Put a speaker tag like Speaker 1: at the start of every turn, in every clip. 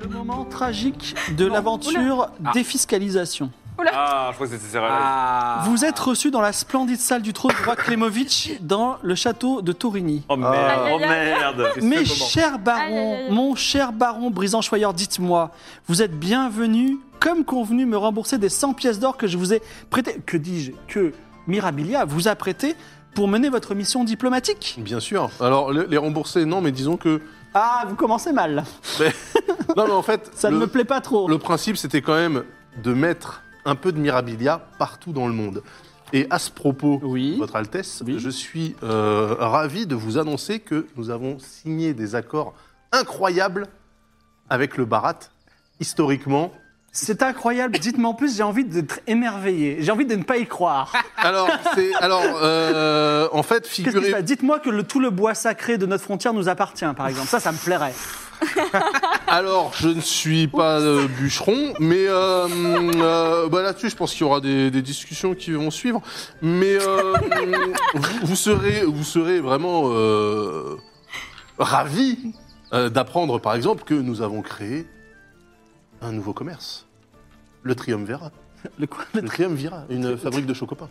Speaker 1: Le moment tragique de l'aventure défiscalisation.
Speaker 2: Ah, je crois que c'était sérieux. Ah.
Speaker 1: Vous êtes reçu dans la splendide salle du trône du roi Klemovic dans le château de Torigny.
Speaker 2: Oh
Speaker 3: Ah,
Speaker 2: merde,
Speaker 4: Aïe,
Speaker 2: oh
Speaker 4: aïe, aïe.
Speaker 2: merde.
Speaker 1: Mes
Speaker 2: C'est ce moment.
Speaker 1: chers
Speaker 4: Aïe,
Speaker 1: barons,
Speaker 4: aïe, aïe.
Speaker 1: mon cher baron Brisanchoyeur, dites-moi, vous êtes bienvenu, comme convenu, me rembourser des 100 pièces d'or que je vous ai prêtées, que dis-je, que Mirabilia vous a prêtées pour mener votre mission diplomatique.
Speaker 3: Bien sûr. Alors, le- les rembourser, non, mais disons que.
Speaker 1: Ah, vous commencez mal.
Speaker 3: Non, mais en fait,
Speaker 1: Ça
Speaker 3: le,
Speaker 1: ne me plaît pas trop.
Speaker 3: le principe, c'était quand même de mettre un peu de Mirabilia partout dans le monde. Et à ce propos,
Speaker 1: Oui.
Speaker 3: Votre Altesse,
Speaker 1: Oui.
Speaker 3: je suis euh, ravi de vous annoncer que nous avons signé des accords incroyables avec le Barat. Historiquement,
Speaker 1: C'est incroyable. Dites-moi en plus, j'ai envie d'être émerveillé. J'ai envie de ne pas y croire.
Speaker 3: alors c'est alors euh, en fait
Speaker 1: Qu'est-ce que
Speaker 3: figurez
Speaker 1: ça Dites-moi que le- tout le bois sacré de notre frontière nous appartient, par exemple. Ça, ça me plairait.
Speaker 3: Alors, je ne suis pas euh, bûcheron, mais euh, euh, bah, là-dessus, je pense qu'il y aura des, des discussions qui vont suivre. Mais euh, vous, vous serez, vous serez vraiment euh, ravis euh, d'apprendre, par exemple, que nous avons créé un nouveau commerce. Le Triumvirat.
Speaker 1: Le quoi
Speaker 3: Le Triumvirat, une fabrique de chocopins.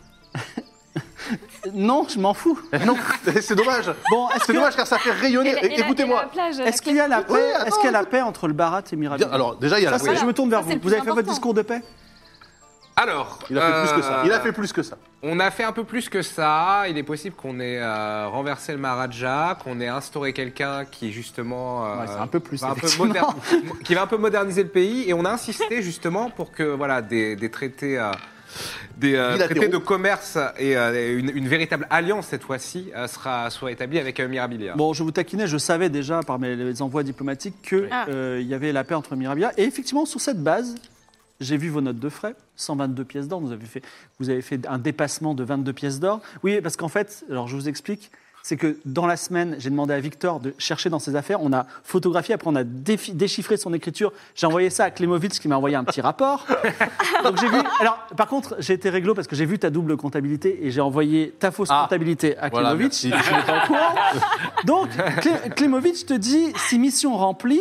Speaker 1: Non, je m'en fous.
Speaker 3: Eh Non, c'est dommage.
Speaker 1: Bon, est-ce
Speaker 3: C'est
Speaker 1: que-
Speaker 3: dommage car ça fait rayonner.
Speaker 4: Et la- et la- et la
Speaker 3: Écoutez-moi.
Speaker 4: plage,
Speaker 1: est-ce qu'il y a la
Speaker 3: Oui,
Speaker 1: paix
Speaker 3: attends,
Speaker 1: Est-ce qu'il y a la paix entre le Barat et Mirabel
Speaker 3: Bien, Alors, déjà, il y a
Speaker 1: Ça,
Speaker 3: la.
Speaker 1: c'est-
Speaker 3: paix.
Speaker 1: je me tourne vers
Speaker 4: Ça,
Speaker 1: vous.
Speaker 4: c'est le
Speaker 1: Vous
Speaker 4: plus
Speaker 1: avez fait votre
Speaker 4: important.
Speaker 1: discours de paix
Speaker 5: Alors,
Speaker 3: Il a fait plus que ça. Il a
Speaker 5: euh,
Speaker 3: fait plus que ça.
Speaker 5: On a fait un peu plus que ça. Il est possible qu'on ait euh, renversé le Maharaja, qu'on ait instauré quelqu'un qui justement euh,
Speaker 1: Ouais, c'est un peu plus,
Speaker 5: va un peu
Speaker 1: effectivement.
Speaker 5: moderne- qui va un peu moderniser le pays. Et on a insisté justement pour que voilà des, des traités. euh, des euh,
Speaker 3: Bilatéraux.
Speaker 5: traités de commerce et euh, une, une véritable alliance cette fois-ci euh, sera soit établie avec euh, Mirabilia.
Speaker 1: Bon, je vous taquinais, je savais déjà par mes les envois diplomatiques qu'il
Speaker 4: Ah.
Speaker 1: y avait la paix entre Mirabia. Et effectivement, sur cette base, j'ai vu vos notes de frais, 122 pièces d'or. Vous, avez fait- vous avez fait un dépassement de 22 pièces d'or. Oui, parce qu'en fait, alors je vous explique, c'est que dans la semaine, j'ai demandé à Victor de chercher dans ses affaires. On a photographié, après on a défi- déchiffré son écriture. J'ai envoyé ça à Klemovic qui m'a envoyé un petit rapport. Donc j'ai vu. Alors, par contre, j'ai été réglo parce que j'ai vu ta double comptabilité et j'ai envoyé ta fausse
Speaker 3: Ah.
Speaker 1: comptabilité à
Speaker 3: Voilà,
Speaker 1: Klemovic.
Speaker 3: merci.
Speaker 1: Je n'étais pas au courant. Donc, Klé- Klemovic te dit si mission remplie,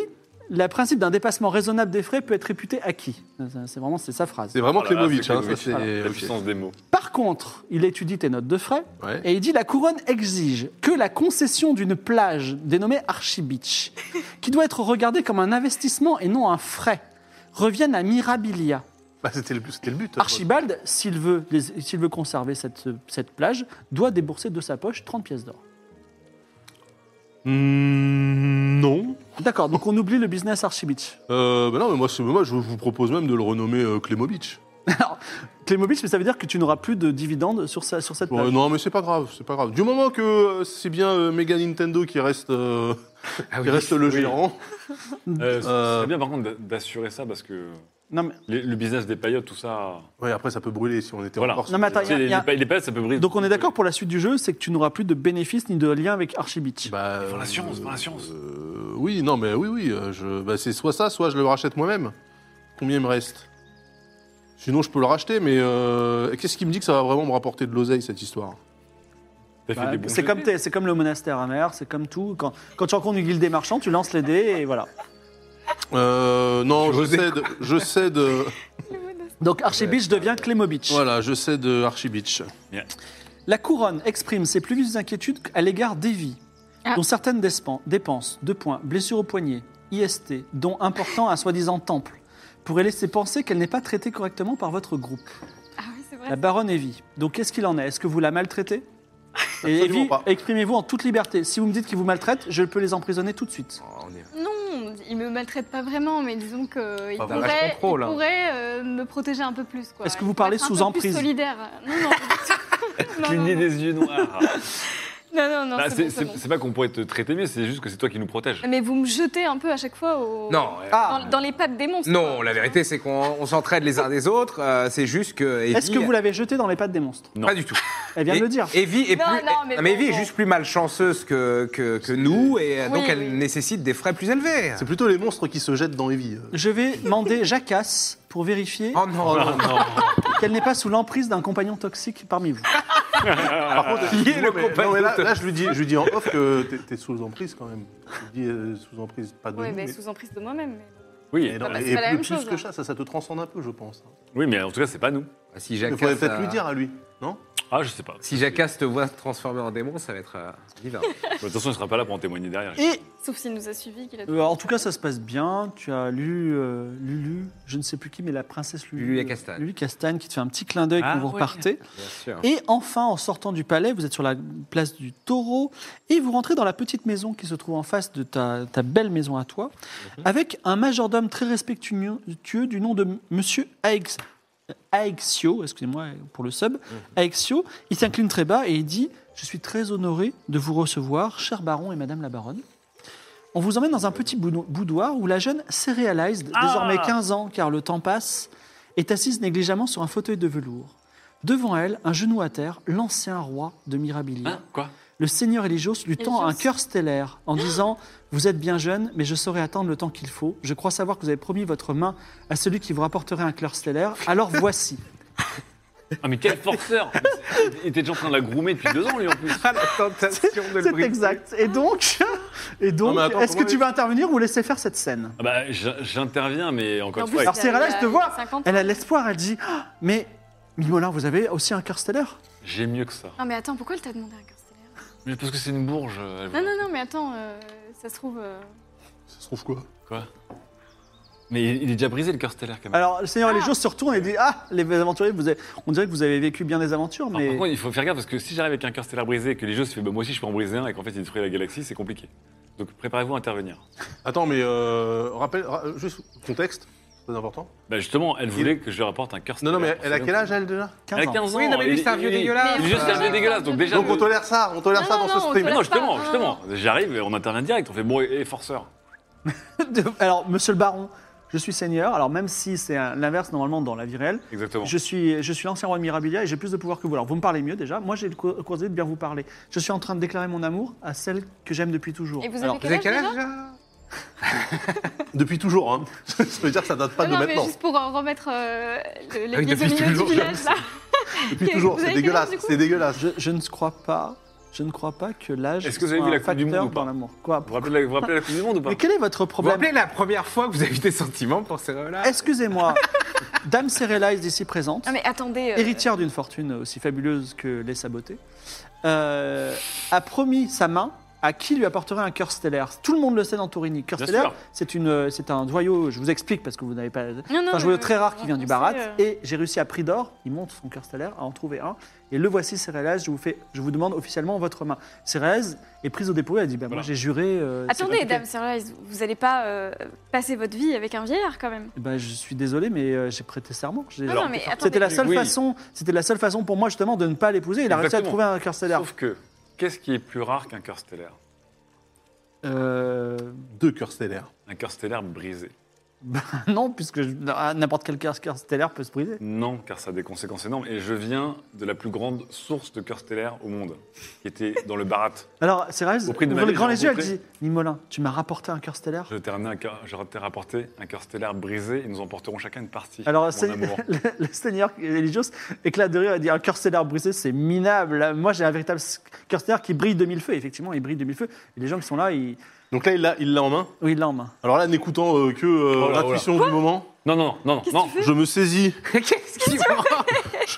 Speaker 1: le principe d'un dépassement raisonnable des frais peut être réputé acquis. Ça, C'est vraiment c'est sa phrase.
Speaker 3: C'est vraiment
Speaker 2: Oh là là,
Speaker 3: Klemovic.
Speaker 2: c'est
Speaker 3: hein, ça,
Speaker 2: Klemovic.
Speaker 3: c'est-
Speaker 2: La
Speaker 3: ok.
Speaker 2: puissance des mots.
Speaker 1: Par contre, il étudie tes notes de frais
Speaker 3: Ouais.
Speaker 1: et il dit la couronne exige que la concession d'une plage dénommée Archibitch, qui doit être regardée comme un investissement et non un frais, revienne à Mirabilia.
Speaker 3: Bah, c'était le, c'était le but.
Speaker 1: Archibald, s'il veut, les- s'il veut conserver cette, cette plage, doit débourser de sa poche 30 pièces d'or.
Speaker 3: Hmm, non.
Speaker 1: D'accord, donc on oublie le business Archibitch.
Speaker 3: Euh, bah non, mais moi, c'est- moi, je vous propose même de le renommer euh, Klemovic.
Speaker 1: Clémobitch, mais ça veut dire que tu n'auras plus de dividendes sur, sa- sur cette
Speaker 2: Ah
Speaker 3: Bon,
Speaker 1: plage.
Speaker 3: euh, non, mais c'est pas grave, c'est pas grave. Du moment que euh, c'est bien euh, Mega Nintendo qui reste, euh,
Speaker 5: Ah
Speaker 3: qui reste le
Speaker 2: Oui.
Speaker 3: gérant.
Speaker 2: Euh, ce
Speaker 3: Euh,
Speaker 2: serait bien par contre d'a- d'assurer ça parce que
Speaker 1: Non, mais,
Speaker 2: les- le business des paillotes, tout ça.
Speaker 3: Ouais, après, ça peut brûler si on était
Speaker 2: Voilà.
Speaker 3: encore.
Speaker 1: Non, mais attends,
Speaker 2: Tu sais,
Speaker 1: y a-
Speaker 2: les,
Speaker 1: y a-
Speaker 2: les pailles- les paillotes, ça peut briser.
Speaker 1: Donc on est d'accord pour la suite du jeu, c'est que tu n'auras plus de bénéfices ni de lien avec Archibitch.
Speaker 3: Bah,
Speaker 2: Pour la science,
Speaker 3: euh,
Speaker 2: pour la science.
Speaker 3: euh, oui, non, mais oui, oui. euh, je- bah, c'est soit ça, soit je le rachète moi-même. Combien il me reste Sinon, je peux le racheter, mais euh, qu'est-ce qui me dit que ça va vraiment me rapporter de l'oseille cette histoire
Speaker 2: T'as fait
Speaker 1: Bah,
Speaker 2: des bons
Speaker 1: c'est
Speaker 2: jeux.
Speaker 1: comme, tes- c'est comme le monastère amer, c'est comme tout. Quand, quand tu rencontres une guilde des marchands, tu lances les dés et voilà.
Speaker 3: euh, Non, je cède. Je cède. euh,
Speaker 1: Donc Archibitch devient Clémobitch.
Speaker 3: voilà, je cède euh, Archibitch.
Speaker 1: La couronne exprime ses plus vives inquiétudes à l'égard d'Evie,
Speaker 4: Ah.
Speaker 1: dont certaines despen- dépenses, deux points, blessures au poignet, IST, dont important à un soi-disant temple, pourraient laisser penser qu'elle n'est pas traitée correctement par votre groupe.
Speaker 4: Ah oui, c'est vrai.
Speaker 1: La baronne Evie. Donc qu'est-ce qu'il en est Est-ce que vous la maltraitez Et
Speaker 3: Absolument
Speaker 1: Evie,
Speaker 3: pas.
Speaker 1: exprimez-vous en toute liberté. Si vous me dites qu'ils vous maltraitent, je peux les emprisonner tout de suite.
Speaker 5: Oh, on est-
Speaker 4: Non, il me maltraite pas vraiment, mais disons que il
Speaker 5: Pas vraiment.
Speaker 4: pourrait,
Speaker 5: Lâche ton pro,
Speaker 4: il
Speaker 5: là.
Speaker 4: pourrait, euh, me protéger un peu plus. quoi.
Speaker 1: Est-ce que
Speaker 4: Il
Speaker 1: vous
Speaker 4: pourrait
Speaker 1: parlez
Speaker 4: être un
Speaker 1: sous
Speaker 4: peu plus
Speaker 1: emprise
Speaker 4: solidaire. Non, non. non, non,
Speaker 2: Cligner
Speaker 4: non.
Speaker 2: des yeux noirs.
Speaker 4: Non, non, non,
Speaker 2: Bah,
Speaker 4: c'est
Speaker 2: C'est
Speaker 4: bon, c'est
Speaker 2: c'est-
Speaker 4: bon.
Speaker 2: c'est pas qu'on pourrait te traiter mieux, c'est juste que c'est toi qui nous protège.
Speaker 4: Mais vous me jetez un peu à chaque fois au...
Speaker 5: Non, euh,
Speaker 1: Ah,
Speaker 4: dans, dans les pattes des monstres.
Speaker 5: non,
Speaker 4: quoi.
Speaker 5: la vérité, c'est qu'on on s'entraide les uns des autres. euh, c'est juste que. Evie-
Speaker 1: est-ce que vous l'avez jeté dans les pattes des monstres
Speaker 2: Non.
Speaker 5: Pas du tout.
Speaker 1: Elle vient de
Speaker 5: Et-
Speaker 1: le dire.
Speaker 5: Evie est
Speaker 4: Non,
Speaker 5: plus.
Speaker 4: non, mais
Speaker 5: non,
Speaker 4: bon,
Speaker 5: Evie est
Speaker 4: bon.
Speaker 5: juste plus malchanceuse que, que, que nous, et euh,
Speaker 4: Oui,
Speaker 5: donc elle
Speaker 4: oui.
Speaker 5: nécessite des frais plus élevés.
Speaker 3: C'est plutôt les monstres qui se jettent dans Evie. euh.
Speaker 1: Je vais demander Jacasse pour vérifier
Speaker 5: Oh non, non, non.
Speaker 1: qu'elle n'est pas sous l'emprise d'un compagnon toxique parmi vous.
Speaker 3: Par contre,
Speaker 5: Qui est le
Speaker 3: excuse-moi, mais-
Speaker 5: compagnon
Speaker 3: non, mais là, là, je lui dis, je lui dis en off que t'es- t'es sous emprise quand même. Je lui dis euh, sous emprise, pas de
Speaker 4: Oui,
Speaker 3: nous,
Speaker 4: mais
Speaker 3: mais-
Speaker 4: sous emprise de moi-même. mais bon.
Speaker 2: Oui,
Speaker 3: Et, non,
Speaker 4: Ah bah,
Speaker 3: et
Speaker 4: c'est pas la
Speaker 3: plus,
Speaker 4: même
Speaker 3: plus
Speaker 4: chose,
Speaker 3: que
Speaker 4: hein.
Speaker 3: ça, ça, ça te transcende un peu, je pense. hein.
Speaker 2: oui, mais en tout cas, c'est pas nous.
Speaker 5: Si
Speaker 3: Il
Speaker 5: Jacasse,
Speaker 3: faudrait peut-être
Speaker 5: euh,
Speaker 3: lui dire à lui, non
Speaker 2: Ah, je sais pas.
Speaker 5: Si Jacasse te voit se transformer en démon, ça va être euh, divin.
Speaker 2: Bon, De toute façon, il sera pas là pour en témoigner derrière.
Speaker 1: Et
Speaker 4: Sauf s'il nous a suivis, qu'il a...
Speaker 1: euh, en tout cas, ça se passe bien. Tu as lu euh, Lulu, je ne sais plus qui, mais la princesse Lulu.
Speaker 5: Lulu et Castagne.
Speaker 1: Lulu Castagne qui te fait un petit clin d'œil
Speaker 2: Ah,
Speaker 1: quand vous
Speaker 2: ouais.
Speaker 1: repartez.
Speaker 5: Bien sûr.
Speaker 1: Et enfin, en sortant du palais, vous êtes sur la place du taureau et vous rentrez dans la petite maison qui se trouve en face de ta, ta belle maison à toi, avec un majordome très respectueux du nom de M- Monsieur Aex- Aexio, excusez-moi pour le sub, Aexio. Il s'incline très bas et il dit Je suis très honoré de vous recevoir, cher baron et madame la baronne. On vous emmène dans un petit boudo- boudoir où la jeune Serialized,
Speaker 3: Ah
Speaker 1: désormais 15 ans car le temps passe, est assise négligemment sur un fauteuil de velours. Devant elle, un genou à terre, l'ancien roi de Mirabilia,
Speaker 2: Hein Quoi
Speaker 1: le seigneur Eligios, lui tend un
Speaker 4: Eligios.
Speaker 1: cœur stellaire
Speaker 3: Ah
Speaker 1: en disant Vous êtes bien jeune, mais je saurai attendre le temps qu'il faut. Je crois savoir que vous avez promis votre main à celui qui vous rapporterait un cœur stellaire. Alors voici.
Speaker 2: Ah, mais quel forceur Il était déjà en train de la groomer depuis deux ans, lui, en plus.
Speaker 5: Ah, la tentation de le
Speaker 1: C'est
Speaker 5: briser.
Speaker 1: exact. Et donc, et donc
Speaker 3: Ah, mais attends,
Speaker 1: est-ce que
Speaker 3: comment
Speaker 1: tu
Speaker 3: il-
Speaker 1: vas intervenir ou laisser faire cette scène
Speaker 2: Ah bah, j'in- j'interviens, mais encore
Speaker 4: En
Speaker 2: une
Speaker 4: plus,
Speaker 2: fois.
Speaker 1: Alors,
Speaker 4: il a-
Speaker 1: Cyrella,
Speaker 4: il a-
Speaker 1: je te
Speaker 4: il a
Speaker 1: vois.
Speaker 4: 50.
Speaker 1: Elle a de l'espoir, elle dit Ah, Mais Mimolin, vous avez aussi un cœur stellaire
Speaker 2: J'ai mieux que ça.
Speaker 4: Non, mais attends, pourquoi elle t'a demandé un cœur stellaire
Speaker 2: Mais parce que c'est une bourge. elle
Speaker 4: Non,
Speaker 2: veut-
Speaker 4: non, non, mais attends, euh, ça se trouve... euh,
Speaker 3: Ça se trouve quoi
Speaker 2: Quoi Mais il il est déjà brisé le cœur stellaire quand même.
Speaker 1: Alors, le Seigneur
Speaker 4: Ah.
Speaker 1: Eligios se retourne et dit Ah, les aventuriers, vous avez- on dirait que vous avez vécu bien des aventures,
Speaker 2: Alors,
Speaker 1: mais.
Speaker 2: Ah, par contre, il faut faire gaffe parce que si j'arrive avec un cœur stellaire brisé et que les jeux se fait bah, moi aussi je peux en briser un et qu'en fait il détruit la galaxie, c'est compliqué. Donc préparez-vous à intervenir.
Speaker 3: Attends, mais euh, rappelle, ra- euh, juste contexte, c'est important.
Speaker 2: Bah, justement, elle voulait que je lui rapporte un cœur
Speaker 3: Non,
Speaker 2: stellaire.
Speaker 3: non, mais elle a
Speaker 2: pour
Speaker 3: quel
Speaker 2: ça.
Speaker 3: âge elle déjà
Speaker 1: 15
Speaker 2: Elle a
Speaker 1: ans.
Speaker 2: 15 ans.
Speaker 5: Oui, non, mais lui,
Speaker 2: elle-
Speaker 5: c'est un vieux
Speaker 2: il- il-
Speaker 5: dégueulasse.
Speaker 2: Il est juste un
Speaker 4: Mais
Speaker 2: vieux
Speaker 4: non,
Speaker 2: dégueulasse, donc
Speaker 4: non,
Speaker 2: déjà.
Speaker 4: non,
Speaker 3: Donc on tolère ça, on tolère
Speaker 4: Non,
Speaker 3: ça
Speaker 4: non,
Speaker 3: dans
Speaker 4: non,
Speaker 3: ce
Speaker 4: on
Speaker 3: stream.
Speaker 4: tolère-
Speaker 2: Non, justement,
Speaker 4: pas.
Speaker 2: justement. J'arrive et on intervient direct. On fait bon et forceur.
Speaker 1: Alors, monsieur le baron, je suis seigneur. Alors, même si c'est un- l'inverse normalement dans la vie réelle,
Speaker 2: Exactement.
Speaker 1: je suis, je suis l'ancien roi de Mirabilia et j'ai plus de pouvoir que vous. Alors, vous me parlez mieux déjà. Moi, j'ai le co- courage de bien vous parler. Je suis en train de déclarer mon amour à celle que j'aime depuis toujours.
Speaker 4: Et vous avez
Speaker 1: Alors,
Speaker 5: Vous avez quel âge
Speaker 4: déjà
Speaker 5: déjà
Speaker 3: Depuis toujours, hein. ça veut dire que ça date pas
Speaker 4: Non,
Speaker 3: de
Speaker 4: non, mais
Speaker 3: maintenant.
Speaker 4: juste pour euh, remettre euh, le, les
Speaker 5: Ah oui, depuis
Speaker 4: bisounours
Speaker 5: toujours,
Speaker 4: du village, là.
Speaker 3: Depuis
Speaker 4: Vous
Speaker 3: toujours,
Speaker 4: avez
Speaker 3: c'est
Speaker 4: quel âge,
Speaker 3: dégueulasse,
Speaker 4: du coup
Speaker 3: c'est dégueulasse.
Speaker 1: je, je ne crois pas. Je ne crois pas que l'âge
Speaker 2: Est-ce que vous avez vu la Coupe du Monde
Speaker 1: facteur
Speaker 2: ou pas
Speaker 1: dans l'amour. Quoi
Speaker 2: Vous rappelez la- vous rappelez la Coupe du Monde ou pas
Speaker 1: Mais quel est votre
Speaker 5: Vous vous
Speaker 1: problème
Speaker 5: rappelez la première fois que vous avez eu des sentiments pour ces là
Speaker 1: Excusez-moi, Dame Cérélaïs ici présente,
Speaker 4: Non, mais attendez... euh,
Speaker 1: héritière d'une fortune aussi fabuleuse que les sabotés, euh, a promis sa main à qui lui apporterait un cœur stellaire. Tout le monde le sait dans Torini. Cœur
Speaker 2: Bien
Speaker 1: stellaire,
Speaker 2: sûr.
Speaker 1: c'est une, euh, c'est un joyau, je vous explique parce que vous n'avez pas...
Speaker 4: Non,
Speaker 1: C'est
Speaker 4: non,
Speaker 1: un joyau
Speaker 4: mais-
Speaker 1: très rare qui vient du
Speaker 4: on
Speaker 1: Barat.
Speaker 4: sait, euh,
Speaker 1: Et j'ai réussi à prix d'or, il monte son cœur stellaire, à en trouver un. Et le voici, Cérélaïs, je vous, fais, je vous demande officiellement votre main. Cérélaïs est prise au dépôt, elle dit, bah, moi
Speaker 2: Voilà.
Speaker 1: j'ai juré... euh, c'est
Speaker 4: Attendez,
Speaker 1: compliqué.
Speaker 4: dame Sirloise, vous allez pas euh, passer votre vie avec un vieillard, quand même.
Speaker 1: Eh ben, je suis désolé, mais euh, j'ai prêté serment. J'ai-
Speaker 4: Non, non, mais
Speaker 1: C'était
Speaker 4: attendez.
Speaker 1: la seule
Speaker 2: Oui.
Speaker 1: façon, c'était la seule façon pour moi justement de ne pas l'épouser. Il a réussi à
Speaker 2: Exactement.
Speaker 1: trouver un cœur stellaire.
Speaker 2: Sauf que qu'est-ce qui est plus rare qu'un cœur stellaire
Speaker 1: Euh,
Speaker 3: Deux cœurs stellaires.
Speaker 2: Un cœur stellaire brisé.
Speaker 1: non, puisque je- ah, n'importe quel cœur cœur stellaire peut se briser.
Speaker 2: Non, car ça a des conséquences énormes. Et je viens de la plus grande source de cœur stellaire au monde, qui était dans le Barat.
Speaker 1: Alors, Cérès,
Speaker 2: Au prix de
Speaker 1: ouvre
Speaker 2: ma
Speaker 1: les
Speaker 2: vie,
Speaker 1: grands
Speaker 2: j'ai
Speaker 1: les yeux, elle
Speaker 2: rencontré-
Speaker 1: dit Nimolin, tu m'as rapporté un cœur stellaire
Speaker 2: Je t'ai ramené un cœur- je t'ai rapporté un cœur stellaire brisé et nous emporterons chacun une partie.
Speaker 1: Alors,
Speaker 2: mon
Speaker 1: c'est-
Speaker 2: amour.
Speaker 1: le, le seigneur Eligios éclate de rire et dit Un cœur stellaire brisé, c'est minable. Moi, j'ai un véritable s- cœur stellaire qui brille de mille feux. Effectivement, il brille de mille feux. Et les gens qui sont là, ils,
Speaker 3: Donc là, il l'a il l'a en main.
Speaker 1: oui, ils l'ont en main.
Speaker 3: Alors là, n'écoutant euh, que euh,
Speaker 2: Oh là,
Speaker 3: l'intuition du moment,
Speaker 2: Non, non, non, non, non.
Speaker 3: je me saisis,
Speaker 5: Qu'est-ce qu'il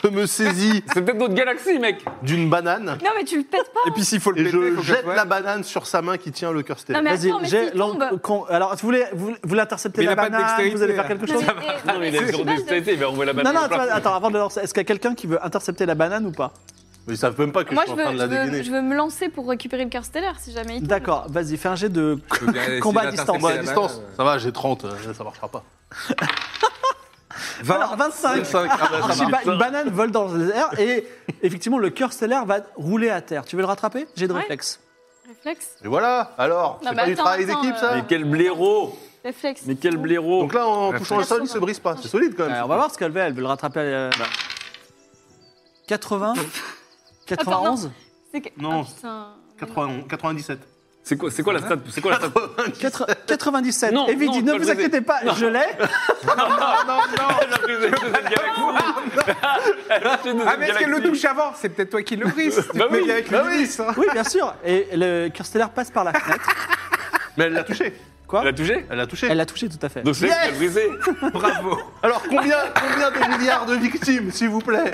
Speaker 3: je me saisis
Speaker 2: C'est peut-être notre galaxie, mec.
Speaker 3: d'une banane
Speaker 4: Non, mais tu le pètes pas
Speaker 5: Et puis s'il faut le
Speaker 3: et
Speaker 5: péter, faut
Speaker 3: je
Speaker 5: que
Speaker 3: jette
Speaker 5: soit-
Speaker 3: la banane sur sa main qui tient le cœur
Speaker 4: Non,
Speaker 3: stellaire.
Speaker 4: mais
Speaker 1: Vas-y,
Speaker 4: attends, mais
Speaker 1: j'ai
Speaker 4: s'il
Speaker 1: l'en-
Speaker 4: tombe
Speaker 1: con- Alors, vous voulez, vous, vous l'interceptez
Speaker 5: Mais il
Speaker 1: la
Speaker 5: a pas de
Speaker 1: banane,
Speaker 5: dextérité.
Speaker 1: vous allez faire quelque
Speaker 4: Non,
Speaker 1: chose
Speaker 4: mais, eh,
Speaker 2: Ah, Non, mais il a
Speaker 4: c'est
Speaker 2: zéro
Speaker 4: pas de-
Speaker 2: dextérité, il va envoyer la
Speaker 1: Non,
Speaker 2: banane.
Speaker 1: non,
Speaker 2: au plafond.
Speaker 1: attends, attends, avant de le lancer, est-ce qu'il y a quelqu'un qui veut intercepter la banane ou pas
Speaker 3: Mais ils savent même pas que
Speaker 4: Moi,
Speaker 3: je suis
Speaker 4: je
Speaker 3: en
Speaker 4: veux,
Speaker 3: train de la
Speaker 4: je veux-
Speaker 3: dégainer.
Speaker 4: je veux me lancer pour récupérer le cœur stellaire, si jamais il tombe.
Speaker 1: D'accord, vas-y, fais un jet de
Speaker 5: Je veux bien essayer
Speaker 1: combat à
Speaker 5: d'intercepter
Speaker 1: distance.
Speaker 3: Moi, à
Speaker 5: la
Speaker 3: distance,
Speaker 5: banane.
Speaker 3: ça va, j'ai 30, euh, ça marchera pas.
Speaker 5: Vingt.
Speaker 1: Alors, 25.
Speaker 3: 25. Ah bah, ça
Speaker 1: Archibald,
Speaker 3: marche.
Speaker 1: une banane vole dans les airs et effectivement, le cœur stellaire va rouler à terre. Tu veux le rattraper J'ai de
Speaker 4: Ouais.
Speaker 1: réflexe.
Speaker 4: Réflexe.
Speaker 3: Et voilà, alors, c'est
Speaker 4: Non, mais
Speaker 3: pas du
Speaker 4: attends,
Speaker 3: travail
Speaker 4: attends,
Speaker 3: d'équipe,
Speaker 4: euh,
Speaker 3: ça
Speaker 2: Mais quel blaireau
Speaker 4: Réflexe.
Speaker 2: Mais quel blaireau
Speaker 3: Donc là, en touchant le sol, il se brise pas. C'est solide, quand
Speaker 1: Euh,
Speaker 3: même.
Speaker 1: on va voir ce qu'elle veut. Elle veut le rattraper. euh, 80 91
Speaker 4: C'est que-
Speaker 6: Non.
Speaker 4: Ah, putain.
Speaker 6: 91, 97.
Speaker 2: C'est quoi, c'est quoi la stat C'est quoi la stat
Speaker 1: quatre- 97
Speaker 2: Non,
Speaker 1: Evie
Speaker 2: non,
Speaker 1: dit
Speaker 2: tu
Speaker 1: ne
Speaker 2: vas
Speaker 1: vous
Speaker 2: le baiser.
Speaker 1: inquiétez pas, je l'ai.
Speaker 2: Elle a pris le deuxième galaxie. Elle a pris le
Speaker 5: Ah,
Speaker 2: deuxième
Speaker 5: mais est-ce qu'elle le
Speaker 2: galaxie.
Speaker 5: touche avant C'est peut-être toi qui le brises.
Speaker 2: Bah oui,
Speaker 5: mais avec
Speaker 2: bah
Speaker 5: le
Speaker 2: oui.
Speaker 5: bris, hein.
Speaker 1: Oui, bien sûr. Et le cœur stellaire passe par la fenêtre.
Speaker 3: Mais elle l'a touché.
Speaker 1: Quoi
Speaker 2: Elle a touché
Speaker 3: Elle l'a touché.
Speaker 1: Elle l'a touché tout à fait.
Speaker 2: Donc c'est elle qui a brisé.
Speaker 5: Bravo.
Speaker 3: Alors, combien, combien de milliards de victimes, s'il vous plaît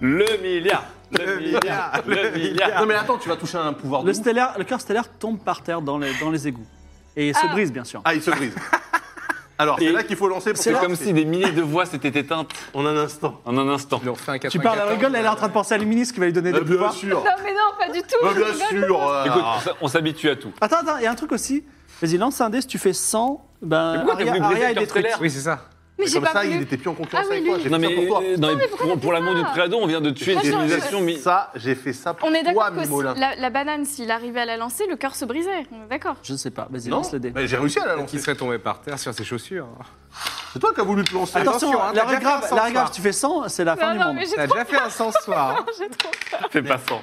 Speaker 2: Le milliard Le milliard Le milliard
Speaker 3: Non, mais attends, tu vas toucher un pouvoir de.
Speaker 1: Le,
Speaker 3: ouf.
Speaker 1: stellaire, le cœur stellaire tombe par terre dans les, dans les égouts. Et se brise, bien sûr.
Speaker 3: Ah, il se brise. Alors, c'est
Speaker 2: Et-
Speaker 3: là qu'il faut lancer pour
Speaker 2: C'est
Speaker 3: que-
Speaker 2: comme si des milliers de voix s'étaient éteintes
Speaker 3: En un instant.
Speaker 2: en un instant.
Speaker 5: Ils l'ont refait un
Speaker 1: tu parles à
Speaker 5: 94.
Speaker 1: rigole, elle est en train de penser à Luminis qui va lui donner
Speaker 6: Ah,
Speaker 3: Euh,
Speaker 1: des
Speaker 3: bien
Speaker 1: pouvoirs.
Speaker 3: sûr.
Speaker 4: Non, mais non, pas du tout.
Speaker 3: Euh,
Speaker 4: je
Speaker 3: bien
Speaker 4: rigole.
Speaker 3: sûr. euh,
Speaker 2: Écoute, on s- on s'habitue à tout.
Speaker 1: Attends, attends, il y a un truc aussi. Vas-y, lance un dé, si tu fais 100,
Speaker 2: Mais
Speaker 1: ben,
Speaker 2: pourquoi t'as
Speaker 1: Aria,
Speaker 2: voulu briser
Speaker 1: Aria
Speaker 2: le
Speaker 1: est
Speaker 2: cœur
Speaker 1: détruite.
Speaker 2: stellaire
Speaker 5: Oui, c'est ça.
Speaker 4: Mais j'ai
Speaker 3: Comme
Speaker 4: pas
Speaker 3: ça, il
Speaker 4: voulu.
Speaker 3: était plus en confiance
Speaker 4: Ah oui,
Speaker 3: avec toi.
Speaker 4: lui.
Speaker 3: J'ai
Speaker 2: Non
Speaker 3: fait ça
Speaker 2: mais,
Speaker 3: pour toi.
Speaker 2: euh, non, mais pour, pour l'amour du Prado, on vient de tuer
Speaker 4: Attends,
Speaker 2: des
Speaker 4: je-
Speaker 2: civilisations.
Speaker 3: J'ai
Speaker 2: mi-
Speaker 3: fait ça, j'ai fait ça pour
Speaker 4: On est
Speaker 3: toi,
Speaker 4: d'accord que
Speaker 3: Mimolin.
Speaker 4: si- la, la banane, s'il arrivait à la lancer, le cœur se brisait. On est d'accord.
Speaker 1: Je sais pas, vas-y,
Speaker 3: Non,
Speaker 1: lance le dé.
Speaker 6: Bah,
Speaker 3: mais j'ai réussi à la
Speaker 5: Qui
Speaker 3: lancer.
Speaker 5: serait tombé par terre sur ses chaussures. hein.
Speaker 3: C'est toi qui as voulu te lancer.
Speaker 1: Attention,
Speaker 5: attention,
Speaker 1: la
Speaker 5: hein, t'as déjà
Speaker 1: règle
Speaker 5: fait
Speaker 1: grave,
Speaker 5: un cent
Speaker 1: la règle grave,
Speaker 5: soir.
Speaker 1: tu fais 100, c'est
Speaker 2: Bah
Speaker 1: la fin
Speaker 4: Non,
Speaker 1: du
Speaker 4: non,
Speaker 1: monde.
Speaker 4: mais j'ai
Speaker 5: T'as
Speaker 4: trop.
Speaker 5: déjà fait un sans soir. hein.
Speaker 4: J'ai trop.
Speaker 2: Fais pas 100.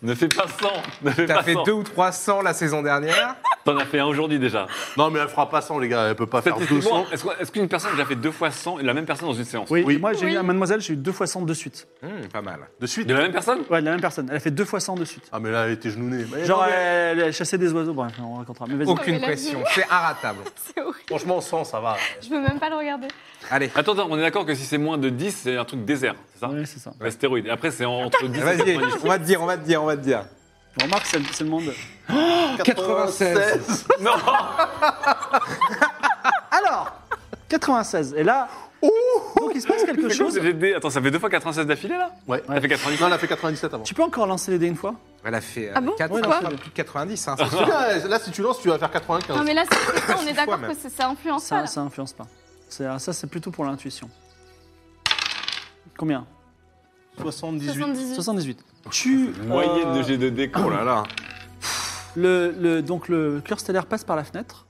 Speaker 2: Ne fais pas 100. Ne fais
Speaker 5: T'as
Speaker 2: pas
Speaker 5: fait
Speaker 2: 100.
Speaker 5: deux ou trois cents la saison dernière.
Speaker 2: T'en as fait un aujourd'hui déjà.
Speaker 3: Non, mais elle fera pas 100, les gars. Elle peut pas faire
Speaker 2: Statistiquement,
Speaker 3: 200.
Speaker 2: est-ce qu'on- est-ce qu'une personne a déjà fait deux fois 100 et la même personne dans une séance
Speaker 1: Oui,
Speaker 3: Oui.
Speaker 1: et moi j'ai
Speaker 4: Oui.
Speaker 1: eu à mademoiselle, j'ai eu deux fois 100 de suite.
Speaker 5: Hum, pas mal.
Speaker 3: De suite.
Speaker 2: De la même personne
Speaker 1: Ouais, de la même personne, elle a fait deux fois 100 de suite.
Speaker 3: Ah, mais là, elle était genounée. Mais
Speaker 1: Genre,
Speaker 3: non, mais-
Speaker 1: elle, elle chassait des oiseaux, bref, on racontera. Mais vas-y.
Speaker 5: Aucune
Speaker 4: mais la
Speaker 5: pression. C'est inratable.
Speaker 4: C'est horrible.
Speaker 3: Franchement, 100, ça va.
Speaker 4: Je veux même pas le regarder.
Speaker 5: Allez.
Speaker 2: Attends, attends, on est d'accord que si c'est moins de 10, c'est un truc désert, c'est ça
Speaker 1: Ouais, c'est ça.
Speaker 2: L'astéroïde. Et après, c'est en- entre 10 et
Speaker 5: Vas-y,
Speaker 2: 90.
Speaker 5: on va te dire, on va te dire, on va te dire.
Speaker 1: Remarque, c'est c'est le monde.
Speaker 5: 96.
Speaker 2: Non
Speaker 1: Alors 96, et là. Donc il se passe quelque
Speaker 2: C'est quoi
Speaker 1: chose.
Speaker 2: ce GD? Attends, ça fait deux fois 96 d'affilée là
Speaker 3: Ouais.
Speaker 2: Ça fait 90.
Speaker 3: Non, elle a fait 97 avant.
Speaker 1: Tu peux encore lancer les dés une fois
Speaker 5: Elle a fait euh,
Speaker 4: Ah bon
Speaker 1: Ouais,
Speaker 5: 4
Speaker 1: quoi
Speaker 5: plus de 90. hein, c'est sûr.
Speaker 3: Là, là, si tu lances, tu vas faire 95.
Speaker 4: Non, mais là, c'est ça, on est d'accord
Speaker 5: même.
Speaker 4: que c'est- ça influence pas.
Speaker 1: Ça,
Speaker 4: là.
Speaker 1: ça influence pas. C'est- ah, Ça, c'est plutôt pour l'intuition. Combien
Speaker 3: 78.
Speaker 4: 78.
Speaker 1: 78.
Speaker 2: Oh,
Speaker 1: Tu.
Speaker 2: Moyenne
Speaker 1: euh,
Speaker 2: de G2D.
Speaker 5: Oh là là.
Speaker 1: le, le- donc le cœur stellaire passe par la fenêtre,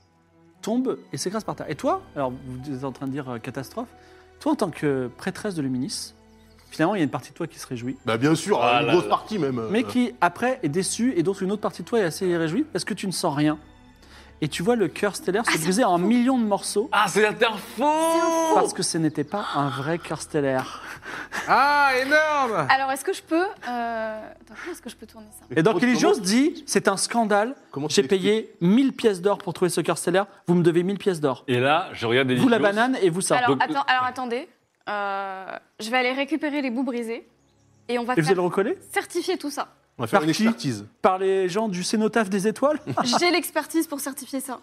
Speaker 1: tombe et s'écrase par terre. Et toi, alors vous êtes en train de dire euh, catastrophe, toi en tant que prêtresse de Luminis, finalement il y a une partie de toi qui se réjouit,
Speaker 3: Bah, bien sûr,
Speaker 2: Ah
Speaker 3: une
Speaker 2: là
Speaker 3: grosse
Speaker 2: là.
Speaker 3: partie même. Euh,
Speaker 1: mais
Speaker 2: euh.
Speaker 1: qui après est déçue et d'autres une autre partie de toi est assez réjouie parce que tu ne sens rien. Et tu vois le cœur stellaire se briser en millions de morceaux
Speaker 2: Ah, c'est l'interfo
Speaker 1: parce que ce n'était pas un vrai cœur stellaire.
Speaker 5: Ah, énorme
Speaker 4: Alors, est-ce que je peux. euh, Attends, comment est-ce que je peux tourner ça
Speaker 1: Et donc
Speaker 3: Autrement-
Speaker 1: Eligios dit c'est un scandale.
Speaker 3: Comment tu
Speaker 1: J'ai payé 1000 pièces d'or pour trouver ce cœur stellaire. Vous me devez 1000 pièces d'or.
Speaker 2: Et là, je regarde des
Speaker 1: Vous la
Speaker 2: vidéos.
Speaker 1: banane et vous ça.
Speaker 4: alors,
Speaker 2: donc-
Speaker 4: attends, alors, attendez. Euh, je vais aller récupérer les bouts brisés et on va
Speaker 1: et vous
Speaker 4: faire
Speaker 1: allez le recoller
Speaker 4: certifier tout ça.
Speaker 3: On va faire
Speaker 1: Par
Speaker 3: une
Speaker 1: qui
Speaker 3: expertise.
Speaker 1: Par les gens du cénotaphe des étoiles
Speaker 4: J'ai l'expertise pour certifier ça.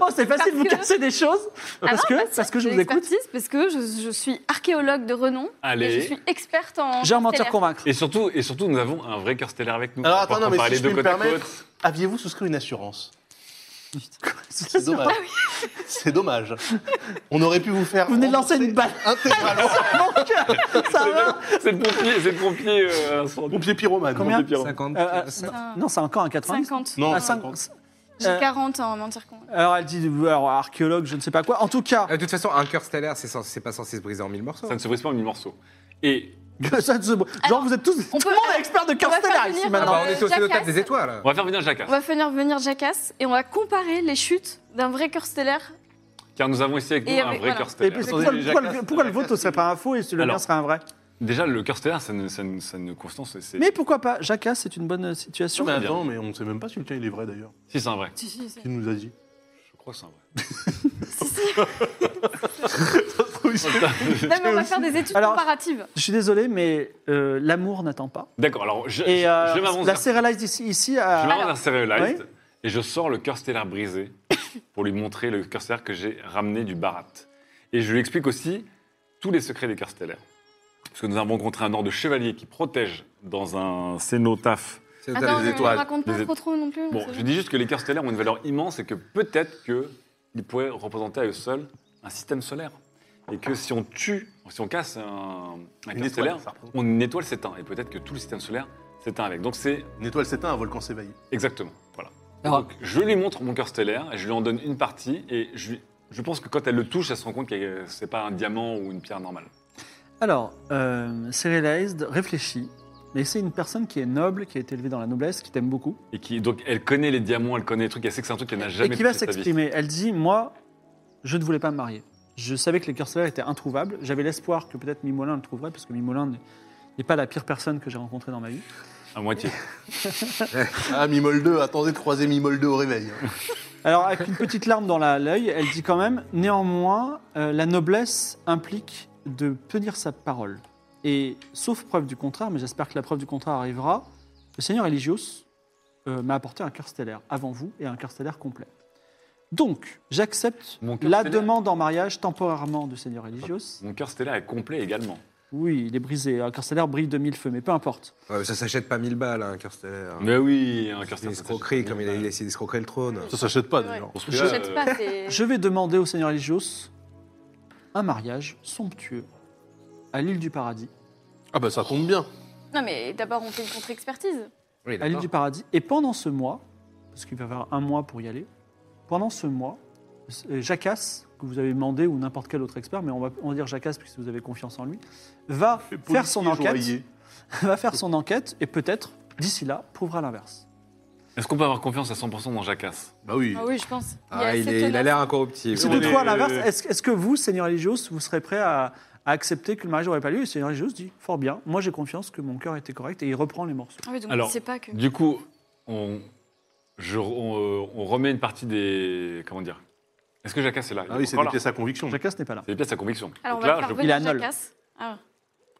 Speaker 1: Oh, c'est facile,
Speaker 4: Parce
Speaker 1: vous
Speaker 4: que-
Speaker 1: cassez des choses Parce
Speaker 4: non,
Speaker 1: que,
Speaker 4: bah si,
Speaker 1: parce que je
Speaker 4: j'ai
Speaker 1: vous écoute.
Speaker 4: l'expertise Parce que je, je suis archéologue de renom et je
Speaker 2: Allez.
Speaker 4: suis experte en.
Speaker 1: J'ai un menteur
Speaker 4: stellaire.
Speaker 1: convaincre.
Speaker 2: Et surtout, et surtout, nous avons un vrai cœur stellaire avec nous.
Speaker 3: Alors,
Speaker 2: On
Speaker 3: attends,
Speaker 2: peut
Speaker 3: non, mais
Speaker 2: comparer
Speaker 3: si
Speaker 2: les
Speaker 3: je
Speaker 2: deux
Speaker 3: puis me
Speaker 2: côte à côte.
Speaker 3: permettre, aviez-vous souscrit une assurance
Speaker 1: C'est
Speaker 3: C'est dommage. C'est dommage. On aurait pu vous faire.
Speaker 1: Vous venez de lancer une
Speaker 3: rembourser
Speaker 1: balle.
Speaker 3: Intégralement.
Speaker 1: Mon cœur, ça va
Speaker 2: C'est le pompier, c'est le pompier. euh, incendie.
Speaker 3: Pompier pyromane.
Speaker 1: Combien
Speaker 3: Pompier pyromane.
Speaker 5: 50.
Speaker 1: Euh, euh,
Speaker 5: ça-
Speaker 1: Non, c'est encore un 90.
Speaker 4: 50.
Speaker 3: Non,
Speaker 1: Ah, cinq-
Speaker 3: 50.
Speaker 4: J'ai
Speaker 1: Euh,
Speaker 4: 40 en mentir convaincre.
Speaker 1: Alors elle dit, alors, archéologue, je ne sais pas quoi. En tout cas,
Speaker 5: Euh, De toute façon, un cœur stellaire, c'est censé- c'est pas censé se briser en mille morceaux.
Speaker 2: Ça ne se brise pas en mille morceaux. Et
Speaker 1: ça ne se- genre
Speaker 4: Alors,
Speaker 1: vous êtes tous,
Speaker 4: on
Speaker 1: tout
Speaker 4: peut-
Speaker 1: le monde est expert de cœur
Speaker 4: va faire
Speaker 1: stellaire ici
Speaker 4: venir-
Speaker 5: Ah
Speaker 1: maintenant.
Speaker 5: bah,
Speaker 4: Euh,
Speaker 5: on est au cénotaphe
Speaker 4: Jackass.
Speaker 5: des étoiles.
Speaker 2: on va faire venir Jackass.
Speaker 4: On va venir venir Jackass et on va comparer les chutes d'un vrai cœur stellaire.
Speaker 2: Car nous avons ici avec nous
Speaker 4: Et
Speaker 2: un
Speaker 4: avec-
Speaker 2: vrai
Speaker 4: voilà.
Speaker 2: cœur
Speaker 1: Et
Speaker 2: stellaire.
Speaker 1: puis,
Speaker 3: Attendez,
Speaker 1: pourquoi,
Speaker 3: les
Speaker 1: pourquoi le-
Speaker 3: Jackass,
Speaker 1: pourquoi le
Speaker 3: Jackass,
Speaker 1: vôtre serait pas un faux et le mien
Speaker 2: Alors.
Speaker 1: serait un vrai
Speaker 2: Déjà, le cœur stellaire, ça ne, ça ne- ça ne constance. c'est-
Speaker 1: Mais pourquoi pas Jackass, c'est une bonne euh, situation.
Speaker 3: Mais attends, mais on ne sait même pas si le tien il est vrai d'ailleurs.
Speaker 2: Si c'est un vrai.
Speaker 4: Si, si, si.
Speaker 3: Qui nous a dit
Speaker 2: Je crois que c'est un vrai.
Speaker 4: Non, mais on va faire des études
Speaker 1: Alors-
Speaker 4: comparatives.
Speaker 1: Je suis désolé, mais euh, l'amour n'attend pas.
Speaker 2: D'accord, alors je,
Speaker 1: Et
Speaker 2: je-
Speaker 1: euh,
Speaker 2: je m'avance
Speaker 1: la
Speaker 2: vers-
Speaker 1: Serialized ici, ici
Speaker 2: je
Speaker 1: à-
Speaker 2: m'avance vers Serialized
Speaker 1: Euh, Oui.
Speaker 2: et je sors le cœur stellaire brisé pour lui montrer le cœur stellaire que j'ai ramené du Barat. Et je lui explique aussi tous les secrets des cœurs stellaires. Parce que nous avons rencontré un ordre de chevaliers qui protège dans un cénotaphe.
Speaker 4: Attends,
Speaker 3: des
Speaker 4: on
Speaker 3: étoiles.
Speaker 4: ne raconte
Speaker 2: Des
Speaker 4: pas
Speaker 2: étoiles.
Speaker 4: trop trop non plus. on
Speaker 2: Bon,
Speaker 4: sait
Speaker 2: je
Speaker 4: jamais.
Speaker 2: dis juste que les cœurs stellaires ont une valeur immense et que peut-être qu'ils pourraient représenter à eux seuls un système solaire. et que si on tue, si on casse un, un
Speaker 3: Une
Speaker 2: canon
Speaker 3: étoile,
Speaker 2: stellaire,
Speaker 3: ça représente.
Speaker 2: on une étoile s'éteint. Et peut-être que tout le système solaire s'éteint avec. Donc c'est
Speaker 3: Une étoile s'éteint, un volcan s'éveille.
Speaker 2: exactement. Voilà.
Speaker 1: Alors-
Speaker 2: Donc je lui montre mon cœur stellaire, et je lui en donne une partie et je, lui- je pense que quand elle le touche, elle se rend compte que c'est pas un diamant ou une pierre normale.
Speaker 1: Alors, euh, Serialized réfléchit, mais c'est une personne qui est noble, qui a été élevée dans la noblesse, qui t'aime beaucoup,
Speaker 2: Et qui, donc elle connaît les diamants, elle connaît les trucs, elle sait que c'est un truc qu'elle n'a
Speaker 1: et
Speaker 2: jamais
Speaker 1: qui va
Speaker 2: touché de sa vie.
Speaker 1: s'exprimer. Elle dit Moi, je ne voulais pas me marier. Je savais que les cœurs solaires étaient introuvables. J'avais l'espoir que peut-être Mimolin le trouverait, parce que Mimolin n'est- n'est pas la pire personne que j'ai rencontrée dans ma vie.
Speaker 2: À moitié.
Speaker 3: Ah, Mimol 2, attendez de croiser Mimol 2 au réveil.
Speaker 1: Alors, avec une petite larme dans la- l'œil, elle dit quand même Néanmoins, euh, la noblesse implique de tenir sa parole. Et sauf preuve du contraire, mais j'espère que la preuve du contraire arrivera, le Seigneur Eligios euh, m'a apporté un cœur stellaire avant vous et un cœur stellaire complet. Donc, j'accepte
Speaker 2: Mon cœur
Speaker 1: la
Speaker 2: stellaire.
Speaker 1: demande en mariage temporairement du Seigneur Eligios.
Speaker 2: Mon cœur stellaire est complet également.
Speaker 1: Oui, il est brisé. Un cœur stellaire brille de mille feux, mais peu importe.
Speaker 5: Ouais, mais ça s'achète pas 1000 balles, hein, un cœur stellaire.
Speaker 2: Mais oui, un cœur
Speaker 5: C'est des
Speaker 2: stellaire.
Speaker 5: escroqueries, comme il a il a essayé d'escroquer le trône.
Speaker 3: Ça s'achète pas
Speaker 4: C'est vrai.
Speaker 3: d'ailleurs.
Speaker 2: Pour ce
Speaker 4: Je
Speaker 2: prix-là,
Speaker 4: n'achète
Speaker 2: euh,
Speaker 4: pas, c'est.
Speaker 1: Je vais demander au Seigneur Eligios un mariage somptueux à l'île du paradis.
Speaker 3: Ah bah ça tombe bien.
Speaker 4: Non, mais d'abord, on fait une contre-expertise.
Speaker 5: Oui,
Speaker 1: à l'île du
Speaker 5: d'accord.
Speaker 1: paradis. Et pendant ce mois, parce qu'il va y avoir un mois pour y aller, pendant ce mois, euh, Jacasse, que vous avez demandé, ou n'importe quel autre expert, mais on va, on va dire Jacasse, puisque vous avez confiance en lui, va faire son enquête, va faire son enquête, et peut-être, d'ici là, prouvera l'inverse.
Speaker 2: Est-ce qu'on peut avoir confiance à 100% dans Jacasse
Speaker 3: Bah oui.
Speaker 4: Ah oui, je pense. Il y
Speaker 5: Ah, il,
Speaker 4: assez
Speaker 5: est- il a
Speaker 4: tenace.
Speaker 5: l'air incorruptible.
Speaker 1: Si
Speaker 2: on est- euh,
Speaker 1: toutefois l'inverse, est-ce est-ce que vous, Seigneur Eligios, vous serez prêt à, à accepter que le mariage n'aurait pas lieu Et Seigneur Eligios dit, fort bien, moi j'ai confiance que mon cœur était correct, et il reprend les morceaux.
Speaker 4: Ah oui, donc
Speaker 2: Alors,
Speaker 4: on sait pas que.
Speaker 2: Du coup, on, je- on, euh, on remet une partie des. Comment dire Est-ce que Jacasse est là
Speaker 3: Ah oui, c'est
Speaker 2: Encore
Speaker 3: des
Speaker 2: là
Speaker 3: pièces à
Speaker 2: Hmm.
Speaker 3: conviction.
Speaker 1: Jacasse n'est pas là.
Speaker 2: C'est des pièces à conviction.
Speaker 4: Alors, on
Speaker 2: Donc
Speaker 4: va
Speaker 2: là,
Speaker 4: faire
Speaker 2: je-
Speaker 1: Il a
Speaker 4: venir
Speaker 1: Nol.
Speaker 4: Jacasse. Ah,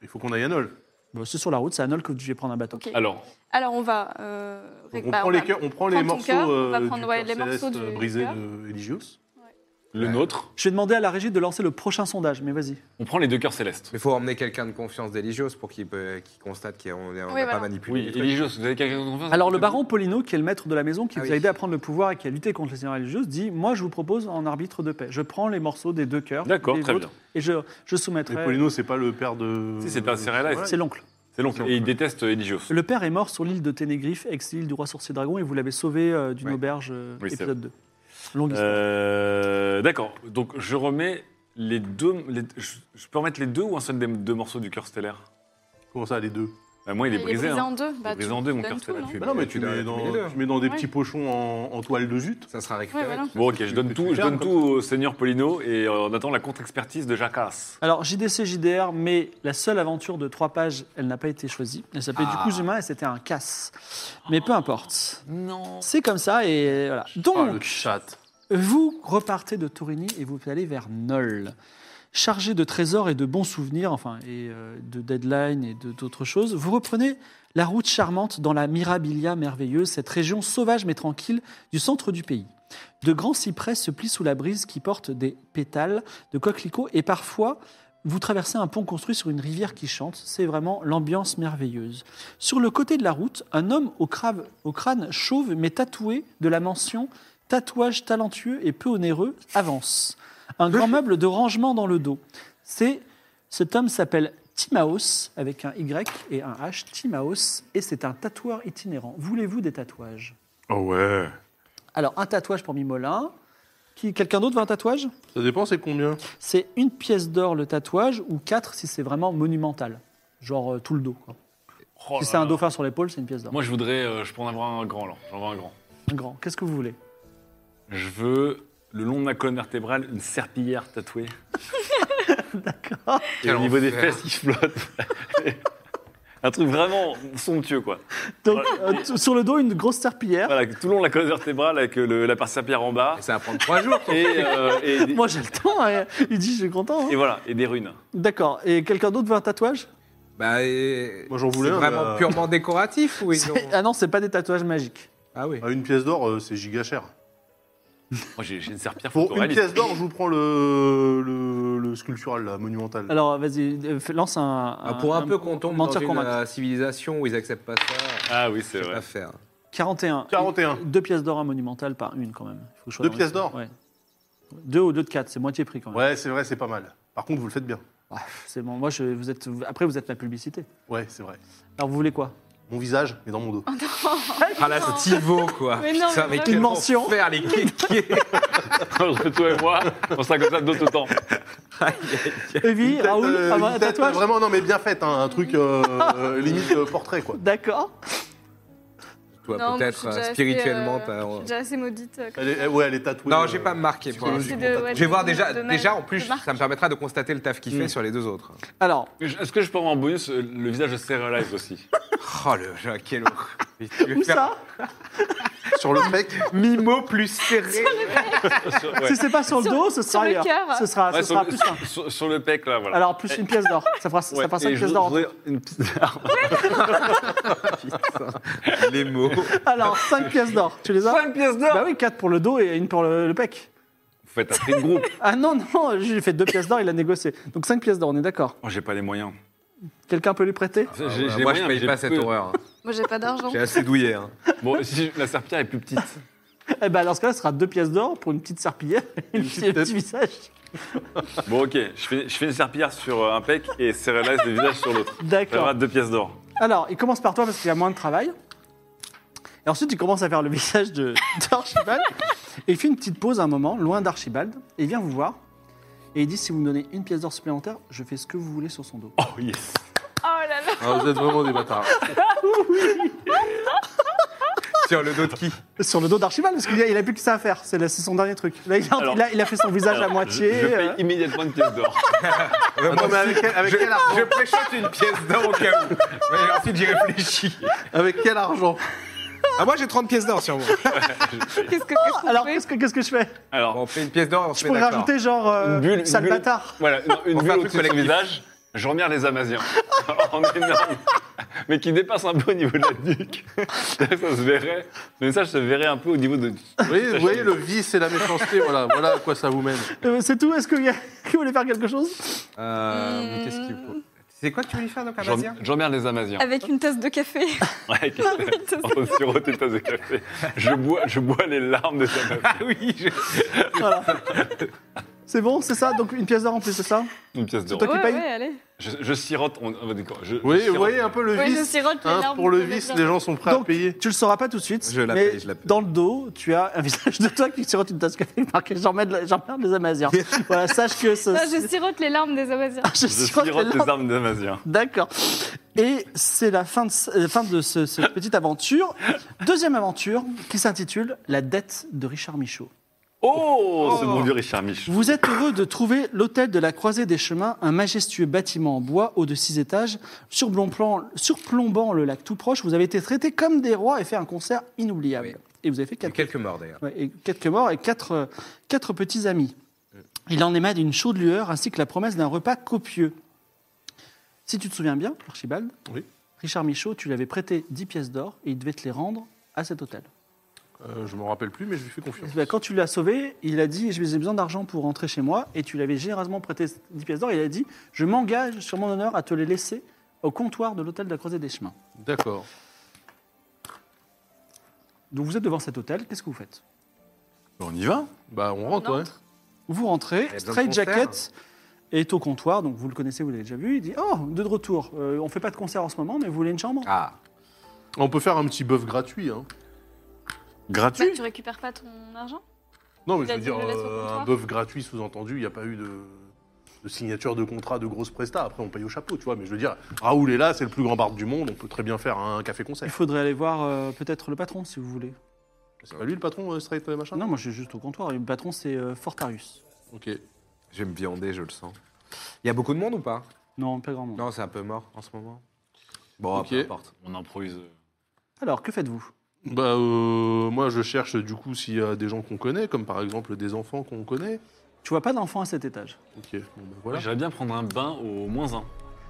Speaker 3: Il faut qu'on aille à Nol.
Speaker 1: Bon, c'est sur la route, c'est à Nol que vous devez prendre un bateau.
Speaker 4: ok. Alors,
Speaker 2: Alors,
Speaker 4: on va. euh,
Speaker 3: Donc
Speaker 4: ré-
Speaker 3: on,
Speaker 4: bah,
Speaker 3: prend
Speaker 4: on
Speaker 3: les
Speaker 4: va-
Speaker 3: cœurs- on prend les
Speaker 4: prends ton
Speaker 3: morceaux
Speaker 4: cœur, on va
Speaker 3: euh,
Speaker 4: prendre,
Speaker 3: du
Speaker 4: ouais,
Speaker 3: cœur
Speaker 4: les morceaux
Speaker 3: céleste,
Speaker 4: du
Speaker 3: euh, brisé
Speaker 4: cœur.
Speaker 3: de Eligios.
Speaker 2: le
Speaker 5: Ouais.
Speaker 2: nôtre,
Speaker 1: Je vais demander à la régie de lancer le prochain sondage, mais vas-y.
Speaker 2: on prend les deux cœurs célestes.
Speaker 5: Il faut emmener quelqu'un de confiance d'Eligios pour qu'il peut- qu'il constate qu'on n'a
Speaker 4: Oui,
Speaker 5: pas
Speaker 4: voilà.
Speaker 5: manipulé.
Speaker 2: Oui,
Speaker 5: les trucs.
Speaker 2: Eligios, vous avez quelqu'un de confiance
Speaker 1: Ah, Alors le baron Polino, qui est le maître de la maison, qui
Speaker 5: Ah
Speaker 1: vous a
Speaker 5: oui.
Speaker 1: aidé à prendre le pouvoir et qui a lutté contre les seigneurs religieuses, dit moi je vous propose en arbitre de paix. Je prends les morceaux des deux cœurs.
Speaker 2: D'accord,
Speaker 1: des
Speaker 2: très
Speaker 1: vôtres,
Speaker 2: bien.
Speaker 1: Et je, je
Speaker 3: Et
Speaker 1: soumettrai.
Speaker 3: Paulino, c'est pas le père de.
Speaker 2: Si, c'est le père de Céréales.
Speaker 3: Ouais.
Speaker 1: C'est l'oncle.
Speaker 2: C'est l'oncle. Et il déteste euh, Eligios.
Speaker 1: Le père est mort sur l'île de Ténégriffe, ex-île du roi sorcier dragon, et vous l'avez sauvé euh, d'une
Speaker 5: Ouais.
Speaker 1: auberge, euh,
Speaker 2: Oui, c'est
Speaker 1: épisode 2. Longue histoire.
Speaker 2: Euh, D'accord. Donc, je remets les deux. les- je, je peux remettre les deux ou un seul des deux morceaux du cœur stellaire
Speaker 3: Comment ça, les deux
Speaker 2: Bah, Moi, il est brisé. hein.
Speaker 4: en deux.
Speaker 2: Il est brisé en deux, mon cœur
Speaker 4: donnes tout,
Speaker 2: stellaire.
Speaker 4: non
Speaker 3: Bah Non, mais tu,
Speaker 5: Tu l'as-
Speaker 3: mets
Speaker 5: tu
Speaker 3: dans,
Speaker 5: mets les deux.
Speaker 3: tu mets dans des
Speaker 4: Ouais.
Speaker 3: petits pochons en, en toile de jute.
Speaker 5: Ça sera récupéré.
Speaker 4: Ouais, voilà.
Speaker 2: Bon, ok, je donne
Speaker 3: Tu-
Speaker 2: tout,
Speaker 3: tu
Speaker 2: je donne
Speaker 3: fermes
Speaker 2: tout au seigneur Polino et euh, on attend la contre-expertise de Jacasse.
Speaker 1: Alors JDC JDR, mais la seule aventure de trois pages, elle n'a pas été choisie. Elle s'appelait
Speaker 5: Ah.
Speaker 1: du coup humain et c'était un casse. Mais peu importe.
Speaker 2: Non.
Speaker 1: C'est comme ça et voilà. Donc.
Speaker 3: Ah, le chat.
Speaker 1: Vous repartez de Torini et vous allez vers Nol. Chargé de trésors et de bons souvenirs, enfin, et euh, de deadlines et de- d'autres choses, vous reprenez la route charmante dans la Mirabilia merveilleuse, cette région sauvage mais tranquille du centre du pays. De grands cyprès se plient sous la brise qui porte des pétales de coquelicots et parfois vous traversez un pont construit sur une rivière qui chante. C'est vraiment l'ambiance merveilleuse. Sur le côté de la route, un homme au, crave- au crâne chauve mais tatoué de la mention tatouage talentueux et peu onéreux avance. Un grand meuble de rangement dans le dos. C'est cet homme s'appelle Timaos avec un Y et un H. Timaos et c'est un tatoueur itinérant. Voulez-vous des tatouages
Speaker 3: Oh ouais.
Speaker 1: Alors un tatouage pour Mimolin. Qui, quelqu'un d'autre veut un tatouage
Speaker 3: Ça dépend, c'est combien
Speaker 1: C'est une pièce d'or le tatouage ou quatre si c'est vraiment monumental, genre euh, tout le dos. quoi.
Speaker 2: Oh
Speaker 1: si
Speaker 2: là
Speaker 1: c'est un
Speaker 2: là.
Speaker 1: dauphin sur l'épaule, c'est une pièce d'or.
Speaker 2: Moi, je voudrais. euh, je peux en avoir un grand, là. J'en veux un grand.
Speaker 1: Un grand. Qu'est-ce que vous voulez
Speaker 2: Je veux, le long de ma colonne vertébrale, une serpillière tatouée.
Speaker 1: D'accord.
Speaker 2: Et au
Speaker 5: Quel
Speaker 2: niveau des
Speaker 5: enfer.
Speaker 2: fesses, il flotte. un truc vraiment somptueux, quoi.
Speaker 1: Donc, euh, t- sur le dos une grosse serpillière.
Speaker 2: Voilà, tout le long de la colonne vertébrale, avec euh, le- la serpillière en bas.
Speaker 5: Et Ça va prendre trois jours. ton-
Speaker 2: Et, euh, et, des-
Speaker 1: Moi j'ai le temps. hein. Il dit je suis content. hein.
Speaker 2: et voilà, et des runes.
Speaker 1: D'accord. Et quelqu'un d'autre veut un tatouage
Speaker 5: Bah, et-
Speaker 3: Moi, j'en voulais
Speaker 5: C'est
Speaker 3: un,
Speaker 5: vraiment
Speaker 3: là.
Speaker 5: purement décoratif ou ils ont...
Speaker 1: C'est- Ah non, c'est pas des tatouages magiques.
Speaker 5: Ah oui.
Speaker 3: Ah, Une pièce d'or, euh, c'est giga cher.
Speaker 2: Moi, j'ai j'ai une serpillière
Speaker 3: Pour une
Speaker 2: photoréaliste.
Speaker 3: pièce d'or, je vous prends le, le, le sculptural, là, monumental.
Speaker 1: Alors vas-y, euh, fais- lance un.
Speaker 5: Ah, pour un, peu qu'on tombe dans
Speaker 1: mentir
Speaker 5: une
Speaker 1: convaincre.
Speaker 5: euh, civilisation où ils acceptent pas ça,
Speaker 2: Ah oui, c'est
Speaker 5: c'est
Speaker 2: vrai.
Speaker 5: pas faire.
Speaker 1: 41.
Speaker 3: 41.
Speaker 1: Deux pièces d'or, un monumental par une quand même. Il faut que je sois
Speaker 3: Deux
Speaker 1: dans les
Speaker 3: pièces
Speaker 1: clous.
Speaker 3: d'or
Speaker 1: Ouais. Deux ou deux de quatre, c'est moitié prix quand même.
Speaker 3: Ouais, c'est vrai, c'est pas mal. Par contre, vous le faites bien.
Speaker 1: Ouais, c'est bon, moi, je, vous êtes, après, vous êtes la publicité.
Speaker 3: Ouais, c'est vrai.
Speaker 1: Alors, vous voulez quoi
Speaker 3: Mon visage, mais dans mon dos.
Speaker 5: Ah là, c'est Tivo, quoi.
Speaker 4: Mais
Speaker 5: Putain,
Speaker 4: non, mais
Speaker 5: mais
Speaker 4: vraiment.
Speaker 5: quel
Speaker 1: Une mention.
Speaker 5: enfer, les kékés.
Speaker 2: Entre toi et moi, on sera comme ça d'autres temps.
Speaker 1: Evie,
Speaker 3: Peut-être,
Speaker 1: Raoul,
Speaker 3: euh,
Speaker 1: ah bah, un
Speaker 3: peut-être,
Speaker 1: tatouage
Speaker 3: Vraiment, non, mais bien faite, hein, un truc euh, euh, limite euh, portrait, quoi.
Speaker 1: D'accord.
Speaker 5: Toi,
Speaker 4: Non, je
Speaker 5: peut-être
Speaker 4: suis
Speaker 5: euh,
Speaker 4: déjà assez,
Speaker 5: spirituellement,
Speaker 4: euh,
Speaker 5: t'as-
Speaker 4: Je suis déjà assez maudite. euh,
Speaker 3: Elle est, elle- ouais, elle est tatouée.
Speaker 5: Non,
Speaker 3: euh,
Speaker 5: j'ai pas marqué. pour
Speaker 3: c'est-
Speaker 5: l'instant.
Speaker 4: c'est
Speaker 3: je
Speaker 4: de-
Speaker 3: comprends.
Speaker 4: ouais,
Speaker 5: Je vais voir
Speaker 4: de-
Speaker 5: déjà.
Speaker 4: de mal-
Speaker 5: Déjà, en plus,
Speaker 4: de marque.
Speaker 5: ça me permettra de constater le taf qu'il fait sur les deux autres.
Speaker 1: Alors,
Speaker 2: Est-ce que je peux avoir en bonus euh, le visage de Serialize aussi
Speaker 5: Oh le jeu, quel horreur. Je vais
Speaker 1: où
Speaker 5: faire
Speaker 1: ça
Speaker 3: Sur le mec,
Speaker 5: Mimo plus serré.
Speaker 2: sur, ouais.
Speaker 1: Si c'est pas sur le
Speaker 4: Sur-
Speaker 1: dos, ce sera
Speaker 4: sur le
Speaker 1: ailleurs.
Speaker 4: cœur.
Speaker 1: Ce sera,
Speaker 2: Ouais,
Speaker 1: Ah, ce
Speaker 2: sur,
Speaker 1: sera
Speaker 2: le,
Speaker 1: plus simple.
Speaker 2: sur- sur le pec, là, voilà.
Speaker 1: Alors, plus une pièce d'or. Ça fera,
Speaker 2: Ouais,
Speaker 1: ça fera
Speaker 2: et
Speaker 1: 5
Speaker 2: je
Speaker 1: pièces d'or. en
Speaker 2: voudrais une petite arme.
Speaker 5: Les mots.
Speaker 1: tout. Alors, 5 pièces d'or. Tu les as 5 pièces d'or Bah oui, 4 pour le dos et une pour le, le pec.
Speaker 2: Vous faites un tri de groupe.
Speaker 1: Ah non, non, j'ai fait 2 pièces d'or, il a négocié. Donc 5 pièces d'or, on est d'accord.
Speaker 2: Oh, j'ai pas les moyens.
Speaker 1: Quelqu'un peut lui prêter
Speaker 2: J'ai- j'ai les
Speaker 5: Ah Moi, je
Speaker 2: moyens, mais
Speaker 5: paye
Speaker 2: j'ai
Speaker 5: pas cette hein.
Speaker 2: peu.
Speaker 5: horreur.
Speaker 4: Moi, j'ai pas d'argent.
Speaker 5: J'ai assez douillé. hein.
Speaker 2: Bon, si la serpillère est plus petite.
Speaker 1: Eh ben, dans ce cas-là, ce sera 2 pièces d'or pour une petite serpillière et une petite- un petit visage.
Speaker 2: Bon, ok, je fais, je fais une serpillère sur euh, un pec et Serialize le visage sur l'autre. Ça
Speaker 1: D'accord.
Speaker 2: aura deux pièces d'or.
Speaker 1: Alors, il commence par toi parce qu'il y a moins de travail. Et ensuite, il commence à faire le visage de- d'Archibald. et il fait une petite pause un moment, loin d'Archibald. Et il vient vous voir. Et il dit si vous me donnez une pièce d'or supplémentaire, je fais ce que vous voulez sur son dos.
Speaker 2: Oh, yes.
Speaker 4: Oh là là.
Speaker 3: Ah, vous êtes vraiment des bâtards.
Speaker 5: Sur le dos de qui
Speaker 1: Sur le dos d'Archibald, parce qu'il a, il a plus que ça à faire. C'est la- c'est son dernier truc. Là, il a,
Speaker 2: Alors-
Speaker 1: il a- il a fait son visage à
Speaker 2: Alors,
Speaker 1: moitié.
Speaker 2: Je, je paye
Speaker 1: euh,
Speaker 2: immédiatement une pièce d'or.
Speaker 3: Attends, mais avec, quel- avec
Speaker 5: je,
Speaker 3: quel argent
Speaker 5: je préchote une pièce d'or au cas où. Mais ensuite, j'y réfléchis.
Speaker 3: Avec quel argent
Speaker 5: Ah, moi, j'ai 30 pièces d'or sur moi.
Speaker 4: Qu'est-ce que qu'est-ce qu'on
Speaker 1: Alors,
Speaker 4: fait
Speaker 1: qu'est-ce que, qu'est-ce que je fais
Speaker 2: Alors,
Speaker 5: Bon, on fait une pièce d'or, on
Speaker 1: Je
Speaker 5: se met
Speaker 1: pourrais
Speaker 5: d'accord.
Speaker 1: rajouter genre euh,
Speaker 2: Une bulle, une
Speaker 1: sale
Speaker 2: bulle.
Speaker 1: bâtard.
Speaker 2: Voilà, une, une
Speaker 5: On fait un truc
Speaker 2: bulle au-dessus de son
Speaker 5: collectif.
Speaker 2: visage, j'en remercie les Amaziens. en énorme. Mais qui dépasse un peu au niveau de la nuque. ça se verrait. Le message se verrait un peu au niveau de.
Speaker 3: vous voyez, vous voyez, le vice et la méchanceté, voilà, voilà à quoi ça vous mène.
Speaker 1: Euh, C'est tout Est-ce que vous voulez faire quelque chose
Speaker 5: Euh, qu'est-ce qu'il faut C'est quoi que tu veux lui faire, donc,
Speaker 2: J'en-
Speaker 5: Amazien
Speaker 2: J'emmerde les Amaziens.
Speaker 4: Avec une tasse de café.
Speaker 2: Ouais, qui- en sirotant une tasse de café. Je bois, je bois les larmes des Amaziens.
Speaker 5: Ah oui, je-
Speaker 1: C'est bon, c'est ça Donc une pièce d'or en plus, c'est ça
Speaker 2: Une pièce d'or.
Speaker 1: Toi qui
Speaker 4: ouais,
Speaker 1: payes
Speaker 4: ouais, allez.
Speaker 2: Je, je sirote. On, on va dire quoi, je-
Speaker 3: Vous voyez,
Speaker 2: je
Speaker 3: vous voyez un peu le
Speaker 4: Ouais, je
Speaker 3: vice
Speaker 4: sirote les
Speaker 3: hein,
Speaker 4: larmes,
Speaker 3: Pour le
Speaker 4: ça veut
Speaker 3: vice,
Speaker 4: dire.
Speaker 3: les gens sont prêts à
Speaker 1: Donc,
Speaker 3: payer.
Speaker 1: tu le sauras pas tout de suite.
Speaker 5: Je l'appelle,
Speaker 1: mais
Speaker 5: je l'appelle.
Speaker 1: Dans le dos, tu as un visage de toi qui sirote une tasse de café marqué J'emmerde la- j'emmerde les Amaziens. voilà, sache que ça.
Speaker 4: Non, je sirote les larmes des Amaziens.
Speaker 1: je
Speaker 2: Je
Speaker 1: sirote les
Speaker 2: sirote les
Speaker 1: larmes.
Speaker 2: larmes des Amaziens.
Speaker 1: D'accord. Et c'est la fin de, ce- euh, fin de ce- cette petite aventure. Deuxième aventure qui s'intitule La dette de Richard Michaud.
Speaker 2: Oh, ce bon vieux Richard Mich.
Speaker 1: Vous êtes heureux de trouver l'hôtel de la Croisée des Chemins, un majestueux bâtiment en bois haut de six étages, surplombant, surplombant le lac tout proche. Vous avez été traités comme des rois et fait un concert inoubliable. Et vous avez fait
Speaker 5: Il y a
Speaker 1: quatre
Speaker 5: quelques morts, d'ailleurs.
Speaker 1: Ouais, et quelques morts et quatre, euh, quatre petits amis. Il en émane une chaude lueur ainsi que la promesse d'un repas copieux. Si tu te souviens bien, Archibald,
Speaker 3: Oui.
Speaker 1: Richard Michaud, tu lui avais prêté 10 pièces d'or et il devait te les rendre à cet hôtel.
Speaker 3: Euh, je m'en rappelle plus, mais je lui fais confiance.
Speaker 1: Eh bien, Quand tu l'as sauvé, il a dit J'ai besoin d'argent pour rentrer chez moi et tu lui avais généreusement prêté 10 pièces d'or. Il a dit Je m'engage sur mon honneur à te les laisser au comptoir de l'hôtel de la Croisée des Chemins.
Speaker 3: D'accord.
Speaker 1: Donc vous êtes devant cet hôtel, qu'est-ce que vous faites
Speaker 2: On y va
Speaker 3: Bah, on rentre,
Speaker 4: On
Speaker 3: ouais.
Speaker 1: Vous rentrez,
Speaker 5: besoin de
Speaker 1: Straight
Speaker 5: concert.
Speaker 1: Jacket est au comptoir, donc vous le connaissez, vous l'avez déjà vu. Il dit Oh, de de retour, Euh, on fait pas de concert en ce moment, mais vous voulez une chambre
Speaker 5: Ah,
Speaker 3: On peut faire un petit bœuf gratuit. Hein.
Speaker 4: Bah,
Speaker 2: Gratuit
Speaker 4: tu récupères pas ton argent
Speaker 3: Non, mais
Speaker 4: Il
Speaker 3: je
Speaker 4: a
Speaker 3: veux
Speaker 4: dit
Speaker 3: dire,
Speaker 4: le laisse au
Speaker 3: euh,
Speaker 4: comptoir.
Speaker 3: un bœuf gratuit, sous-entendu, il n'y a pas eu de, de signature de contrat de grosse presta. Après, on paye au chapeau, tu vois. Mais je veux dire, Raoul est là, c'est le plus grand barde du monde, on peut très bien faire un
Speaker 1: Il
Speaker 3: café-concert.
Speaker 1: faudrait aller voir euh, peut-être le patron si vous voulez.
Speaker 3: C'est pas lui le patron, euh, Straight euh, Machin
Speaker 1: Non, moi je suis juste au comptoir, et le patron c'est euh, Fortarius.
Speaker 3: Ok.
Speaker 5: je vais me viander, je le sens. Il y a beaucoup de monde ou pas
Speaker 1: Non, pas grand monde.
Speaker 5: Non, c'est un peu mort en ce moment. Bon,
Speaker 3: Ok.
Speaker 5: peu importe.
Speaker 2: On improvise.
Speaker 1: Alors, que faites-vous
Speaker 3: Bah, euh, moi, je cherche du coup s'il y a des gens qu'on connaît, comme par exemple des enfants qu'on connaît.
Speaker 1: Tu vois pas d'enfant à cet étage.
Speaker 3: Ok, bon, bah voilà.
Speaker 2: J'aimerais bien prendre un bain au moins un.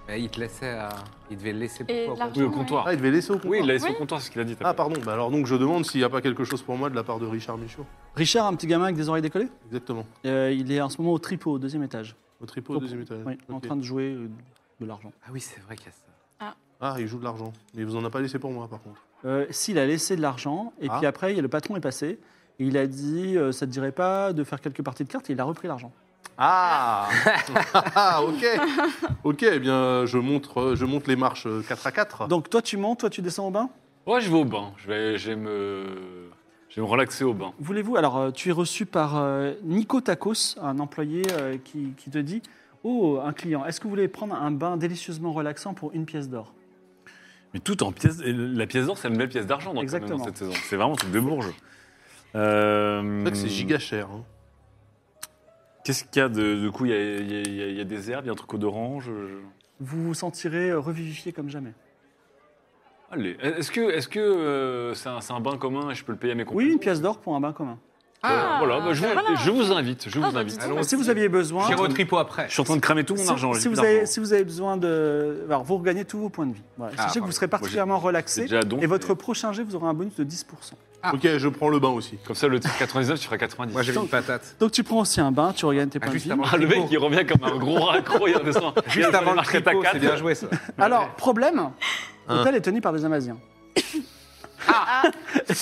Speaker 5: Mais il te laissait. euh, Il devait le laisser
Speaker 4: Et
Speaker 5: pour toi.
Speaker 4: l'argent
Speaker 2: Oui, au
Speaker 4: ouais.
Speaker 2: comptoir.
Speaker 3: Ah, il devait laisser au
Speaker 2: Oui,
Speaker 3: comptoir.
Speaker 2: il l'a laissé au
Speaker 4: Oui.
Speaker 2: comptoir, c'est ce qu'il a dit. t'as
Speaker 3: Ah,
Speaker 2: pas-
Speaker 3: pardon. Bah, alors donc, je demande s'il n'y a pas quelque chose pour moi de la part de Richard Michaud.
Speaker 1: Richard, un petit gamin avec des oreilles décollées
Speaker 3: Exactement.
Speaker 1: Euh, Il est en ce moment au tripot, au deuxième étage.
Speaker 3: Au tripot, au deuxième étage.
Speaker 1: Oui, en
Speaker 3: Ok.
Speaker 1: train de jouer euh, de l'argent.
Speaker 5: Ah oui, c'est vrai qu'il y a ça.
Speaker 3: Ah, il joue de l'argent. Mais il vous en a pas laissé pour moi, par contre.
Speaker 1: Euh, S'il a laissé de l'argent, et
Speaker 3: Ah.
Speaker 1: puis après, il y a- le patron est passé, et il a dit euh, Ça te dirait pas de faire quelques parties de cartes Et il a repris l'argent.
Speaker 3: Ah Ah, ok Ok, eh bien, je monte, euh, je monte les marches euh, 4 à 4.
Speaker 1: Donc toi tu montes, toi tu descends au bain
Speaker 2: Ouais, je vais au bain. Je vais, je vais me, je vais me relaxer au bain.
Speaker 1: Voulez-vous Alors, euh, tu es reçu par euh, Nico Tacos, un employé euh, qui, qui te dit Oh, un client, est-ce que vous voulez prendre un bain délicieusement relaxant pour une pièce d'or
Speaker 2: Mais tout en pièces. et La pièce d'or, c'est la nouvelle pièce d'argent donc, quand même,
Speaker 1: Exactement.
Speaker 2: dans cette saison. C'est vraiment un truc de bourge. Euh,
Speaker 3: C'est vrai que c'est giga cher. hein.
Speaker 2: Qu'est-ce qu'il y a de, de coup Il y a, il y a- il y a- il y a des herbes, il y a un truc d'orange. je-
Speaker 1: Vous vous sentirez euh, revivifié comme jamais.
Speaker 2: Allez, est-ce que est-ce que euh, c'est un, c'est un bain commun et je peux le payer à mes
Speaker 1: Oui,
Speaker 2: compagnons
Speaker 1: une pièce d'or pour un bain commun.
Speaker 2: Ah, voilà, bah, je, vous,
Speaker 4: voilà.
Speaker 2: je vous invite, je
Speaker 4: Ah,
Speaker 2: vous
Speaker 4: bah,
Speaker 2: invite.
Speaker 4: dis donc.
Speaker 5: Allons-y.
Speaker 1: Si vous aviez besoin.
Speaker 5: J'ai retripot après.
Speaker 2: Je suis en train de cramer tout mon
Speaker 1: Si,
Speaker 2: argent.
Speaker 1: si
Speaker 2: j'ai plus
Speaker 1: vous avez,
Speaker 2: d'argent.
Speaker 1: si vous avez besoin de. Alors, vous regagnez tous vos points de vie. Voilà.
Speaker 5: Ah,
Speaker 1: Sachez que
Speaker 5: pardon.
Speaker 1: vous serez
Speaker 2: Moi, j'ai-
Speaker 1: particulièrement
Speaker 2: C'est
Speaker 1: relaxé.
Speaker 2: déjà donc,
Speaker 1: Et votre
Speaker 2: mais
Speaker 1: prochain jet, vous aurez un bonus de 10%.
Speaker 5: Ah.
Speaker 3: Ok, je prends le bain aussi.
Speaker 2: Comme ça, le titre 99, tu feras 90.
Speaker 5: Moi, j'ai mis une patate.
Speaker 1: Donc, tu prends aussi un bain, tu regagnes tes
Speaker 5: Ah,
Speaker 1: points de
Speaker 5: juste
Speaker 1: vie.
Speaker 5: avant
Speaker 2: Ah, le mec, il revient comme un gros raccro, il redescend.
Speaker 5: Juste
Speaker 2: Il
Speaker 5: avant le
Speaker 2: marque à
Speaker 5: tripot, c'est
Speaker 2: quatre.
Speaker 5: bien joué ça.
Speaker 1: Alors, problème l'hôtel est tenu par des Amasiens.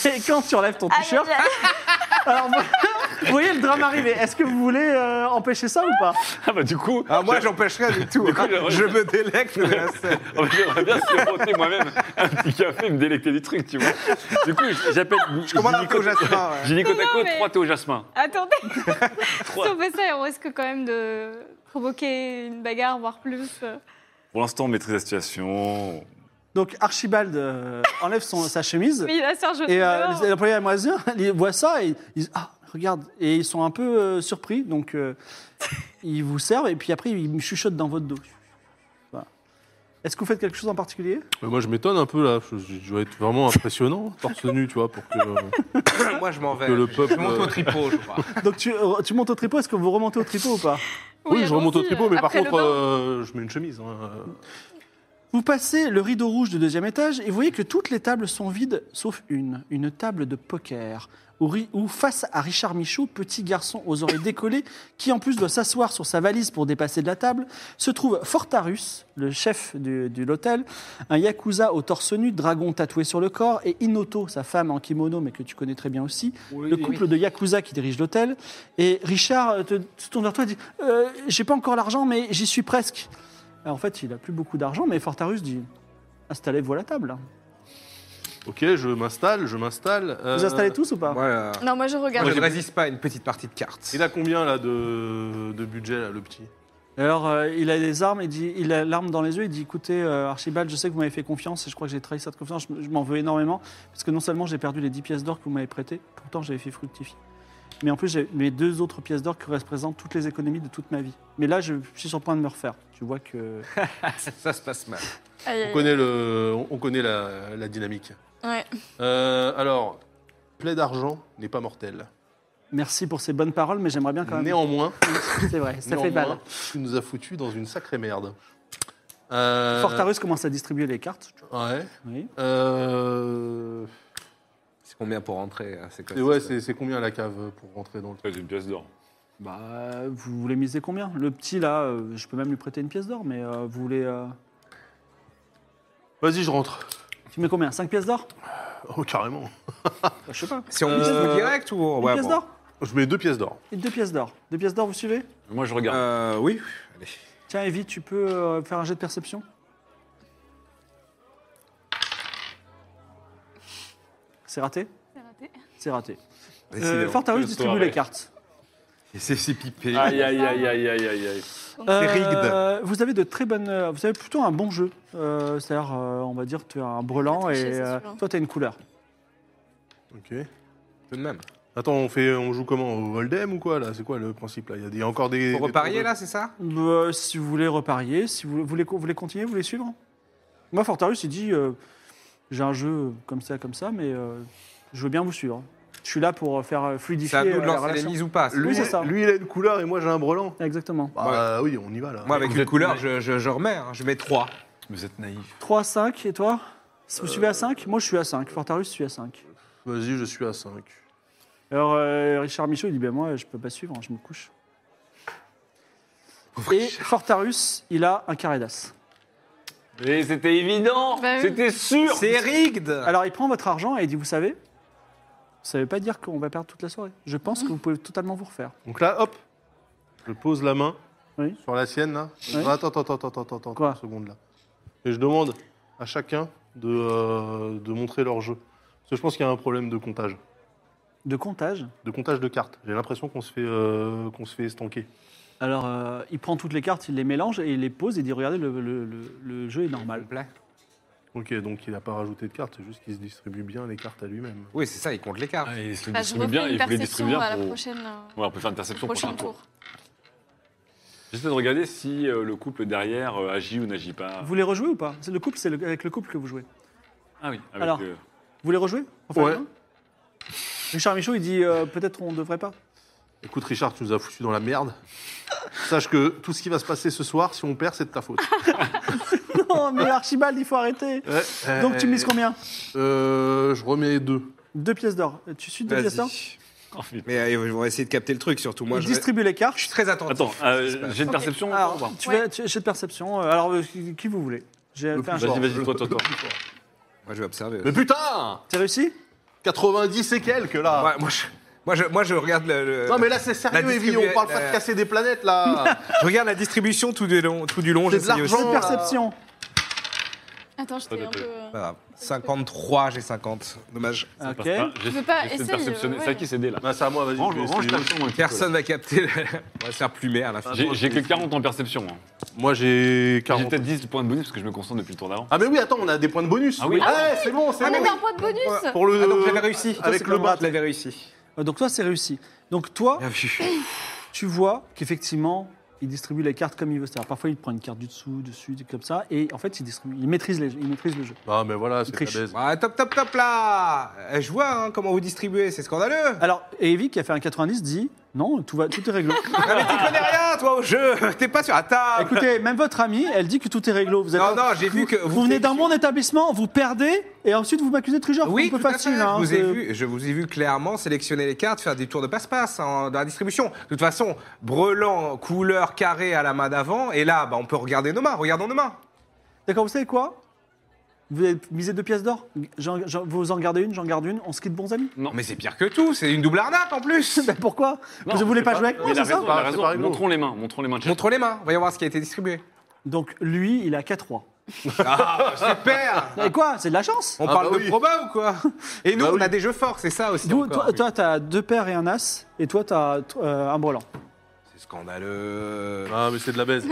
Speaker 1: Et quand tu enlèves ton
Speaker 4: Aïe,
Speaker 1: t-shirt,
Speaker 4: aïe, aïe.
Speaker 1: Alors, vous- vous voyez le drame arriver. Est-ce que vous voulez euh, empêcher ça ou pas
Speaker 2: Ah, bah, du coup,
Speaker 5: Ah, moi, j'empêcherai du tout. hein.
Speaker 2: coup, je-
Speaker 5: je me délecte de la scène.
Speaker 2: en fait, j'aimerais bien se frotter moi-même un petit café et me délecter du truc, tu vois. Du coup, j'appelle. Je
Speaker 5: commande un thé au jasmin, ouais.
Speaker 2: J'ai Nico
Speaker 4: Non,
Speaker 2: Taco,
Speaker 4: mais-
Speaker 2: 3 thé au jasmin.
Speaker 4: Attendez, si
Speaker 2: Trois.
Speaker 4: on fait ça, on risque quand même de provoquer une bagarre, voire plus.
Speaker 2: Pour l'instant, on maîtrise la situation.
Speaker 1: Donc Archibald euh, enlève son, sa chemise
Speaker 4: Mais la sœur, je
Speaker 1: et euh, les employés amoisiens ils voient ça et ils disent ah regarde et ils sont un peu euh, surpris donc euh, ils vous servent et puis après ils me chuchotent dans votre dos. Voilà. Est-ce que vous faites quelque chose en particulier
Speaker 3: Mais moi, je m'étonne un peu là. Je, je- je dois être vraiment impressionnant, torse nu, tu vois, pour que. euh,
Speaker 5: Moi, je m'en vais.
Speaker 3: Que le peuple,
Speaker 5: Je monte
Speaker 3: euh,
Speaker 5: au tripot, je crois.
Speaker 1: Donc tu, tu montes au tripot, est-ce que vous remontez au tripot ou pas
Speaker 3: Oui, je remonte au tripot, mais par contre,
Speaker 4: Bain,
Speaker 3: euh, je mets une chemise. hein.
Speaker 1: Vous passez le rideau rouge du deuxième étage et vous voyez que toutes les tables sont vides, sauf une, une table de poker, où, ri- où face à Richard Michaud, petit garçon aux oreilles décollées, qui en plus doit s'asseoir sur sa valise pour dépasser de la table, se trouve Fortarus, le chef du- de l'hôtel, un yakuza au torse nu, dragon tatoué sur le corps, et Inoto, sa femme en kimono, mais que tu connais très bien aussi, le couple de yakuza qui dirige l'hôtel. Et Richard euh, te, se tourne vers toi et dit Euh, J'ai pas encore l'argent, mais j'y suis presque. Alors, Ah, en fait, il a plus beaucoup d'argent, mais Fortarus dit Installez-vous à la table.
Speaker 3: Ok, je m'installe, je m'installe. euh,
Speaker 1: Vous installez tous ou pas
Speaker 5: Moi, euh,
Speaker 4: Non, moi je regarde.
Speaker 5: moi, je ne résiste pas à une petite partie de cartes.
Speaker 3: Il a combien là de, de budget là, le petit
Speaker 1: Alors, euh, il a les armes, il, dit, il a l'arme dans les yeux, il dit Écoutez, euh, Archibald, je sais que vous m'avez fait confiance et je crois que j'ai trahi cette confiance, je, m- je m'en veux énormément, parce que non seulement j'ai perdu les 10 pièces d'or que vous m'avez prêtées, pourtant j'avais fait fructifier. Mais en plus, j'ai mes deux autres pièces d'or qui représentent toutes les économies de toute ma vie. Mais là, je suis sur le point de me refaire. Tu vois que.
Speaker 5: Ça se passe mal.
Speaker 4: Aïe, aïe,
Speaker 3: On connaît, le, on connaît la, la dynamique.
Speaker 4: Ouais.
Speaker 3: Euh, alors, plaie d'argent n'est pas mortelle.
Speaker 1: Merci pour ces bonnes paroles, mais j'aimerais bien quand même.
Speaker 3: Néanmoins,
Speaker 1: C'est vrai, ça fait
Speaker 3: néanmoins,
Speaker 1: mal.
Speaker 3: tu nous as foutu dans une sacrée merde. Euh,
Speaker 1: Fortarus commence à distribuer les cartes.
Speaker 3: Ouais.
Speaker 1: Oui.
Speaker 3: Euh,
Speaker 5: C'est combien pour rentrer hein, C'est quoi
Speaker 3: et
Speaker 5: ça,
Speaker 3: ouais,
Speaker 5: ça
Speaker 3: c'est c'est combien la cave pour rentrer dans le truc
Speaker 2: C'est une pièce d'or.
Speaker 1: Bah, vous voulez miser combien Le petit là, euh, je peux même lui prêter une pièce d'or, mais euh, vous voulez. euh,
Speaker 3: Vas-y, je rentre.
Speaker 1: Tu mets combien 5 pièces d'or Bah,
Speaker 3: Oh, carrément.
Speaker 1: Je sais pas.
Speaker 5: Si on
Speaker 3: Euh,
Speaker 5: mise au direct ou
Speaker 1: Une
Speaker 5: ouais,
Speaker 1: pièce
Speaker 5: bon. Euh,
Speaker 1: d'or
Speaker 3: Je mets deux pièces d'or.
Speaker 1: Et deux pièces d'or. Deux pièces d'or, vous suivez
Speaker 2: Moi, je regarde.
Speaker 5: Euh, oui. Allez.
Speaker 1: Tiens, Evie, tu peux euh, faire un jet de perception C'est raté
Speaker 4: c'est raté.
Speaker 1: C'est raté. Euh,
Speaker 5: Décidément.
Speaker 1: Fortarus
Speaker 2: Quelle
Speaker 1: distribue
Speaker 2: soirée.
Speaker 1: les cartes.
Speaker 5: Et C'est c'est pipé.
Speaker 3: Ah,
Speaker 2: Aïe, aïe, aïe, aïe, aïe, aïe, aïe.
Speaker 1: Euh, vous avez de très bonnes. euh, Vous avez plutôt un bon jeu. Euh, C'est-à-dire, euh, on va dire, tu as un brelan
Speaker 4: T'as
Speaker 1: et
Speaker 4: triché, c'est
Speaker 1: euh,
Speaker 4: sûr.
Speaker 1: toi, tu as une couleur.
Speaker 3: Ok.
Speaker 5: Tout de même.
Speaker 3: Attends, on, fait, on joue comment Au Voldem ou quoi là C'est quoi le principe là Il y a des- il y a encore des.
Speaker 5: Pour
Speaker 3: des
Speaker 5: reparier
Speaker 3: trucs-
Speaker 5: là, c'est ça
Speaker 1: Bah, si vous voulez reparier, si vous, vous voulez, vous voulez continuer, vous voulez suivre Moi, Fortarus, il dit euh, j'ai un jeu comme ça, comme ça, mais euh, je veux bien vous suivre. Je suis là pour faire euh,
Speaker 5: C'est
Speaker 1: fluidifier
Speaker 5: à nous
Speaker 1: euh,
Speaker 5: de
Speaker 1: la
Speaker 5: lancer les
Speaker 1: relation.
Speaker 5: mises ou pas. c'est
Speaker 3: Lui,
Speaker 1: Oui,
Speaker 5: tout.
Speaker 1: c'est ça.
Speaker 3: lui, il a une couleur et moi, j'ai un brelan.
Speaker 1: Exactement.
Speaker 3: Bah oui, on y va là.
Speaker 5: Moi, avec
Speaker 2: Vous
Speaker 5: une
Speaker 2: êtes-
Speaker 5: couleur, je, je, je remets. hein. Je mets 3.
Speaker 2: Vous êtes naïf.
Speaker 1: 3, 5, et toi Vous
Speaker 5: Euh,
Speaker 1: suivez à 5 Moi, je suis à 5. Fortarus, je suis à 5.
Speaker 3: Vas-y, je suis à 5.
Speaker 1: Alors, euh, Richard Michaud, il dit ben moi, je peux pas suivre, je me couche. Et Fortarus, il a un carré d'as.
Speaker 2: Mais c'était évident
Speaker 4: Bah oui.
Speaker 2: C'était sûr
Speaker 5: C'est rigged
Speaker 1: Alors, il prend votre argent et il dit vous savez, ça veut pas dire qu'on va perdre toute la soirée. Je pense que vous pouvez totalement vous refaire.
Speaker 3: Donc là, hop, Je pose la main
Speaker 1: Oui.
Speaker 3: sur la sienne là. Ah,
Speaker 1: Oui.
Speaker 3: Attends, attends, attends, attends, attends, attends,
Speaker 1: Quoi
Speaker 3: une seconde là. Et je demande à chacun de, euh, de montrer leur jeu. Parce que je pense qu'il y a un problème de comptage,
Speaker 1: De comptage.
Speaker 3: de comptage de cartes. J'ai l'impression qu'on se fait euh, qu'on se fait estanquer.
Speaker 1: Alors, euh, il prend toutes les cartes, il les mélange et il les pose et dit Regardez, le, le- le- le jeu est normal.
Speaker 5: Complet.
Speaker 3: Ok, donc il n'a pas rajouté de cartes, c'est juste qu'il se distribue bien les cartes à lui-même.
Speaker 5: Oui, c'est ça, il compte les cartes.
Speaker 2: Ah, il se le
Speaker 4: Bah, je
Speaker 2: distribue
Speaker 4: refais
Speaker 2: bien,
Speaker 4: une
Speaker 2: il faut les distribuer
Speaker 4: perception à
Speaker 2: bien
Speaker 4: la
Speaker 2: pour.
Speaker 4: prochaine, euh,
Speaker 2: Ouais, on peut faire une perception au
Speaker 4: prochain
Speaker 2: prochain
Speaker 4: tour.
Speaker 2: tour. J'essaie de regarder si euh, le couple derrière euh, agit ou n'agit pas.
Speaker 1: Vous les rejouez ou pas C'est le couple, c'est le- avec le couple que vous jouez.
Speaker 2: Ah oui, avec,
Speaker 1: Alors.
Speaker 2: euh,
Speaker 1: Vous les rejouez Raphaël,
Speaker 3: Ouais.
Speaker 1: non Richard Michaud, il dit euh, Peut-être on ne devrait pas.
Speaker 3: Écoute Richard, tu nous as foutu dans la merde. Sache que tout ce qui va se passer ce soir, si on perd, c'est de ta faute.
Speaker 1: non, mais Archibald, il faut arrêter.
Speaker 3: Ouais, euh,
Speaker 1: Donc, tu mises combien
Speaker 3: euh, Je remets deux.
Speaker 1: Deux pièces d'or. Tu suis deux pièces d'or
Speaker 5: Vas-y.
Speaker 2: oh, putain.
Speaker 5: Mais euh, on va essayer de capter le truc surtout. Moi,
Speaker 1: Il
Speaker 5: je,
Speaker 1: distribue les cartes.
Speaker 5: je suis très attentif.
Speaker 2: Attends,
Speaker 5: à ce qui se
Speaker 2: euh,
Speaker 5: passe.
Speaker 2: j'ai une perception.
Speaker 1: Alors,
Speaker 2: au revoir.
Speaker 1: tu vas- tu- j'ai de perception. euh, Alors, euh, qui qui vous voulez J'ai
Speaker 3: Le
Speaker 1: fait un
Speaker 3: plus
Speaker 1: jeu.
Speaker 3: fort.
Speaker 2: Vas-y, vas-y, toi, toi, toi.
Speaker 5: Moi, je vais observer.
Speaker 3: Mais putain
Speaker 1: T'as réussi
Speaker 3: 90 et quelques là
Speaker 5: Ouais, moi, je, moi, je, moi, je regarde le, le-
Speaker 3: Non mais là c'est
Speaker 5: La
Speaker 3: sérieux Evie,
Speaker 5: distribu-
Speaker 3: on parle pas
Speaker 5: la-
Speaker 3: de casser des planètes là
Speaker 5: je regarde la distribution tout du long. Tout du long
Speaker 3: C'est de
Speaker 5: j'essaye
Speaker 3: l'argent,
Speaker 5: aussi-
Speaker 1: J'ai de
Speaker 3: là.
Speaker 1: perception.
Speaker 4: Attends, je t'ai
Speaker 2: Attends,
Speaker 4: un peu. euh,
Speaker 5: Pas grave. 53, j'ai 50. Dommage.
Speaker 1: Ok.
Speaker 2: Passe pas.
Speaker 4: veux pas
Speaker 2: hein, J'essaie de
Speaker 4: essayer, euh,
Speaker 2: perceptionner. C'est à
Speaker 4: ouais.
Speaker 2: qui c'est dé, là
Speaker 3: Bah c'est à moi, vas-y.
Speaker 2: Range
Speaker 3: je vais
Speaker 2: range
Speaker 3: essayer.
Speaker 2: ta leçon un petit peu, là.
Speaker 5: Personne va capter. le- On va se faire plumer à la fin.
Speaker 2: J'ai j'ai que 40 en perception. hein.
Speaker 3: Moi j'ai
Speaker 2: J'ai
Speaker 3: 40.
Speaker 2: peut-être 10 points de bonus parce que je me concentre depuis le tour d'avant.
Speaker 3: Ah mais oui, attends, on a des points de bonus.
Speaker 2: Ah oui.
Speaker 3: Ouais, c'est bon, c'est
Speaker 4: Ah, mais
Speaker 3: bon.
Speaker 4: t'as un point de bonus
Speaker 3: Pour le
Speaker 5: Ah, donc, j'avais réussi.
Speaker 3: avec le bras.
Speaker 5: bras, je l'avais réussi.
Speaker 1: Euh, Donc, toi, c'est réussi. Donc, toi,
Speaker 5: Bien vu.
Speaker 1: tu vois qu'effectivement, il distribue les cartes comme il veut. C'est-à-dire, parfois, il prend une carte du dessous, dessus, des- comme ça. Et en fait, il, distribue, il, maîtrise, les, il maîtrise le jeu.
Speaker 3: Ah mais voilà, c'est la
Speaker 1: triche.
Speaker 3: baise.
Speaker 5: Ouais, Bah, top, top, top là Euh, Je vois hein, comment vous distribuez, c'est scandaleux
Speaker 1: Alors, et Evie, qui a fait un 90, dit Non, tout, va, tout est réglo.
Speaker 5: Non, Ah, mais tu connais rien, toi, au jeu T'es pas sur la table
Speaker 1: Écoutez, même votre amie, elle dit que tout est réglo. Vous êtes
Speaker 5: Non, non, j'ai vu que
Speaker 1: Vous
Speaker 5: vous
Speaker 1: venez
Speaker 5: étiez-
Speaker 1: d'un mon établissement, vous perdez, et ensuite vous m'accusez de tricheur.
Speaker 5: Oui,
Speaker 1: c'est un peu
Speaker 5: tout à
Speaker 1: facile.
Speaker 5: fait.
Speaker 1: hein,
Speaker 5: je, vous ai
Speaker 1: c'est-
Speaker 5: vu, je vous ai vu clairement sélectionner les cartes, faire des tours de passe-passe hein, dans la distribution. De toute façon, brelan, couleur carré à la main d'avant, et là, bah, on peut regarder nos mains. Regardons nos mains.
Speaker 1: D'accord, vous savez quoi Vous avez misé deux pièces d'or J'en- j'en- Vous en gardez une, j'en garde une, on se quitte bons amis
Speaker 2: Non.
Speaker 5: Oh, Mais c'est pire que tout, c'est une double arnaque en plus.
Speaker 1: Ben Pourquoi
Speaker 2: Non,
Speaker 1: Vous ne voulez
Speaker 3: c'est
Speaker 1: pas
Speaker 3: pas-
Speaker 1: jouer avec
Speaker 3: mais
Speaker 1: moi,
Speaker 2: Il a
Speaker 1: c'est ça
Speaker 2: raison, il a
Speaker 3: Bah, c'est
Speaker 2: raison.
Speaker 3: pas rigolo.
Speaker 2: Montrons les mains, montrons les mains. Montrons.
Speaker 5: Montrons les mains, voyons voir ce qui a été distribué.
Speaker 1: Donc lui, il a 4 rois.
Speaker 5: Ah, super
Speaker 1: Et quoi C'est de la chance
Speaker 5: On
Speaker 3: Ah
Speaker 5: parle
Speaker 3: bah
Speaker 5: de
Speaker 3: oui.
Speaker 5: proba ou quoi Et nous,
Speaker 3: Bah
Speaker 5: on
Speaker 3: oui.
Speaker 5: a des jeux forts, c'est ça aussi.
Speaker 1: Vous,
Speaker 5: encore,
Speaker 1: Toi,
Speaker 5: oui.
Speaker 1: tu as deux paires et un as, et toi, tu as un brelan.
Speaker 5: C'est scandaleux.
Speaker 3: Ah mais c'est de la baise.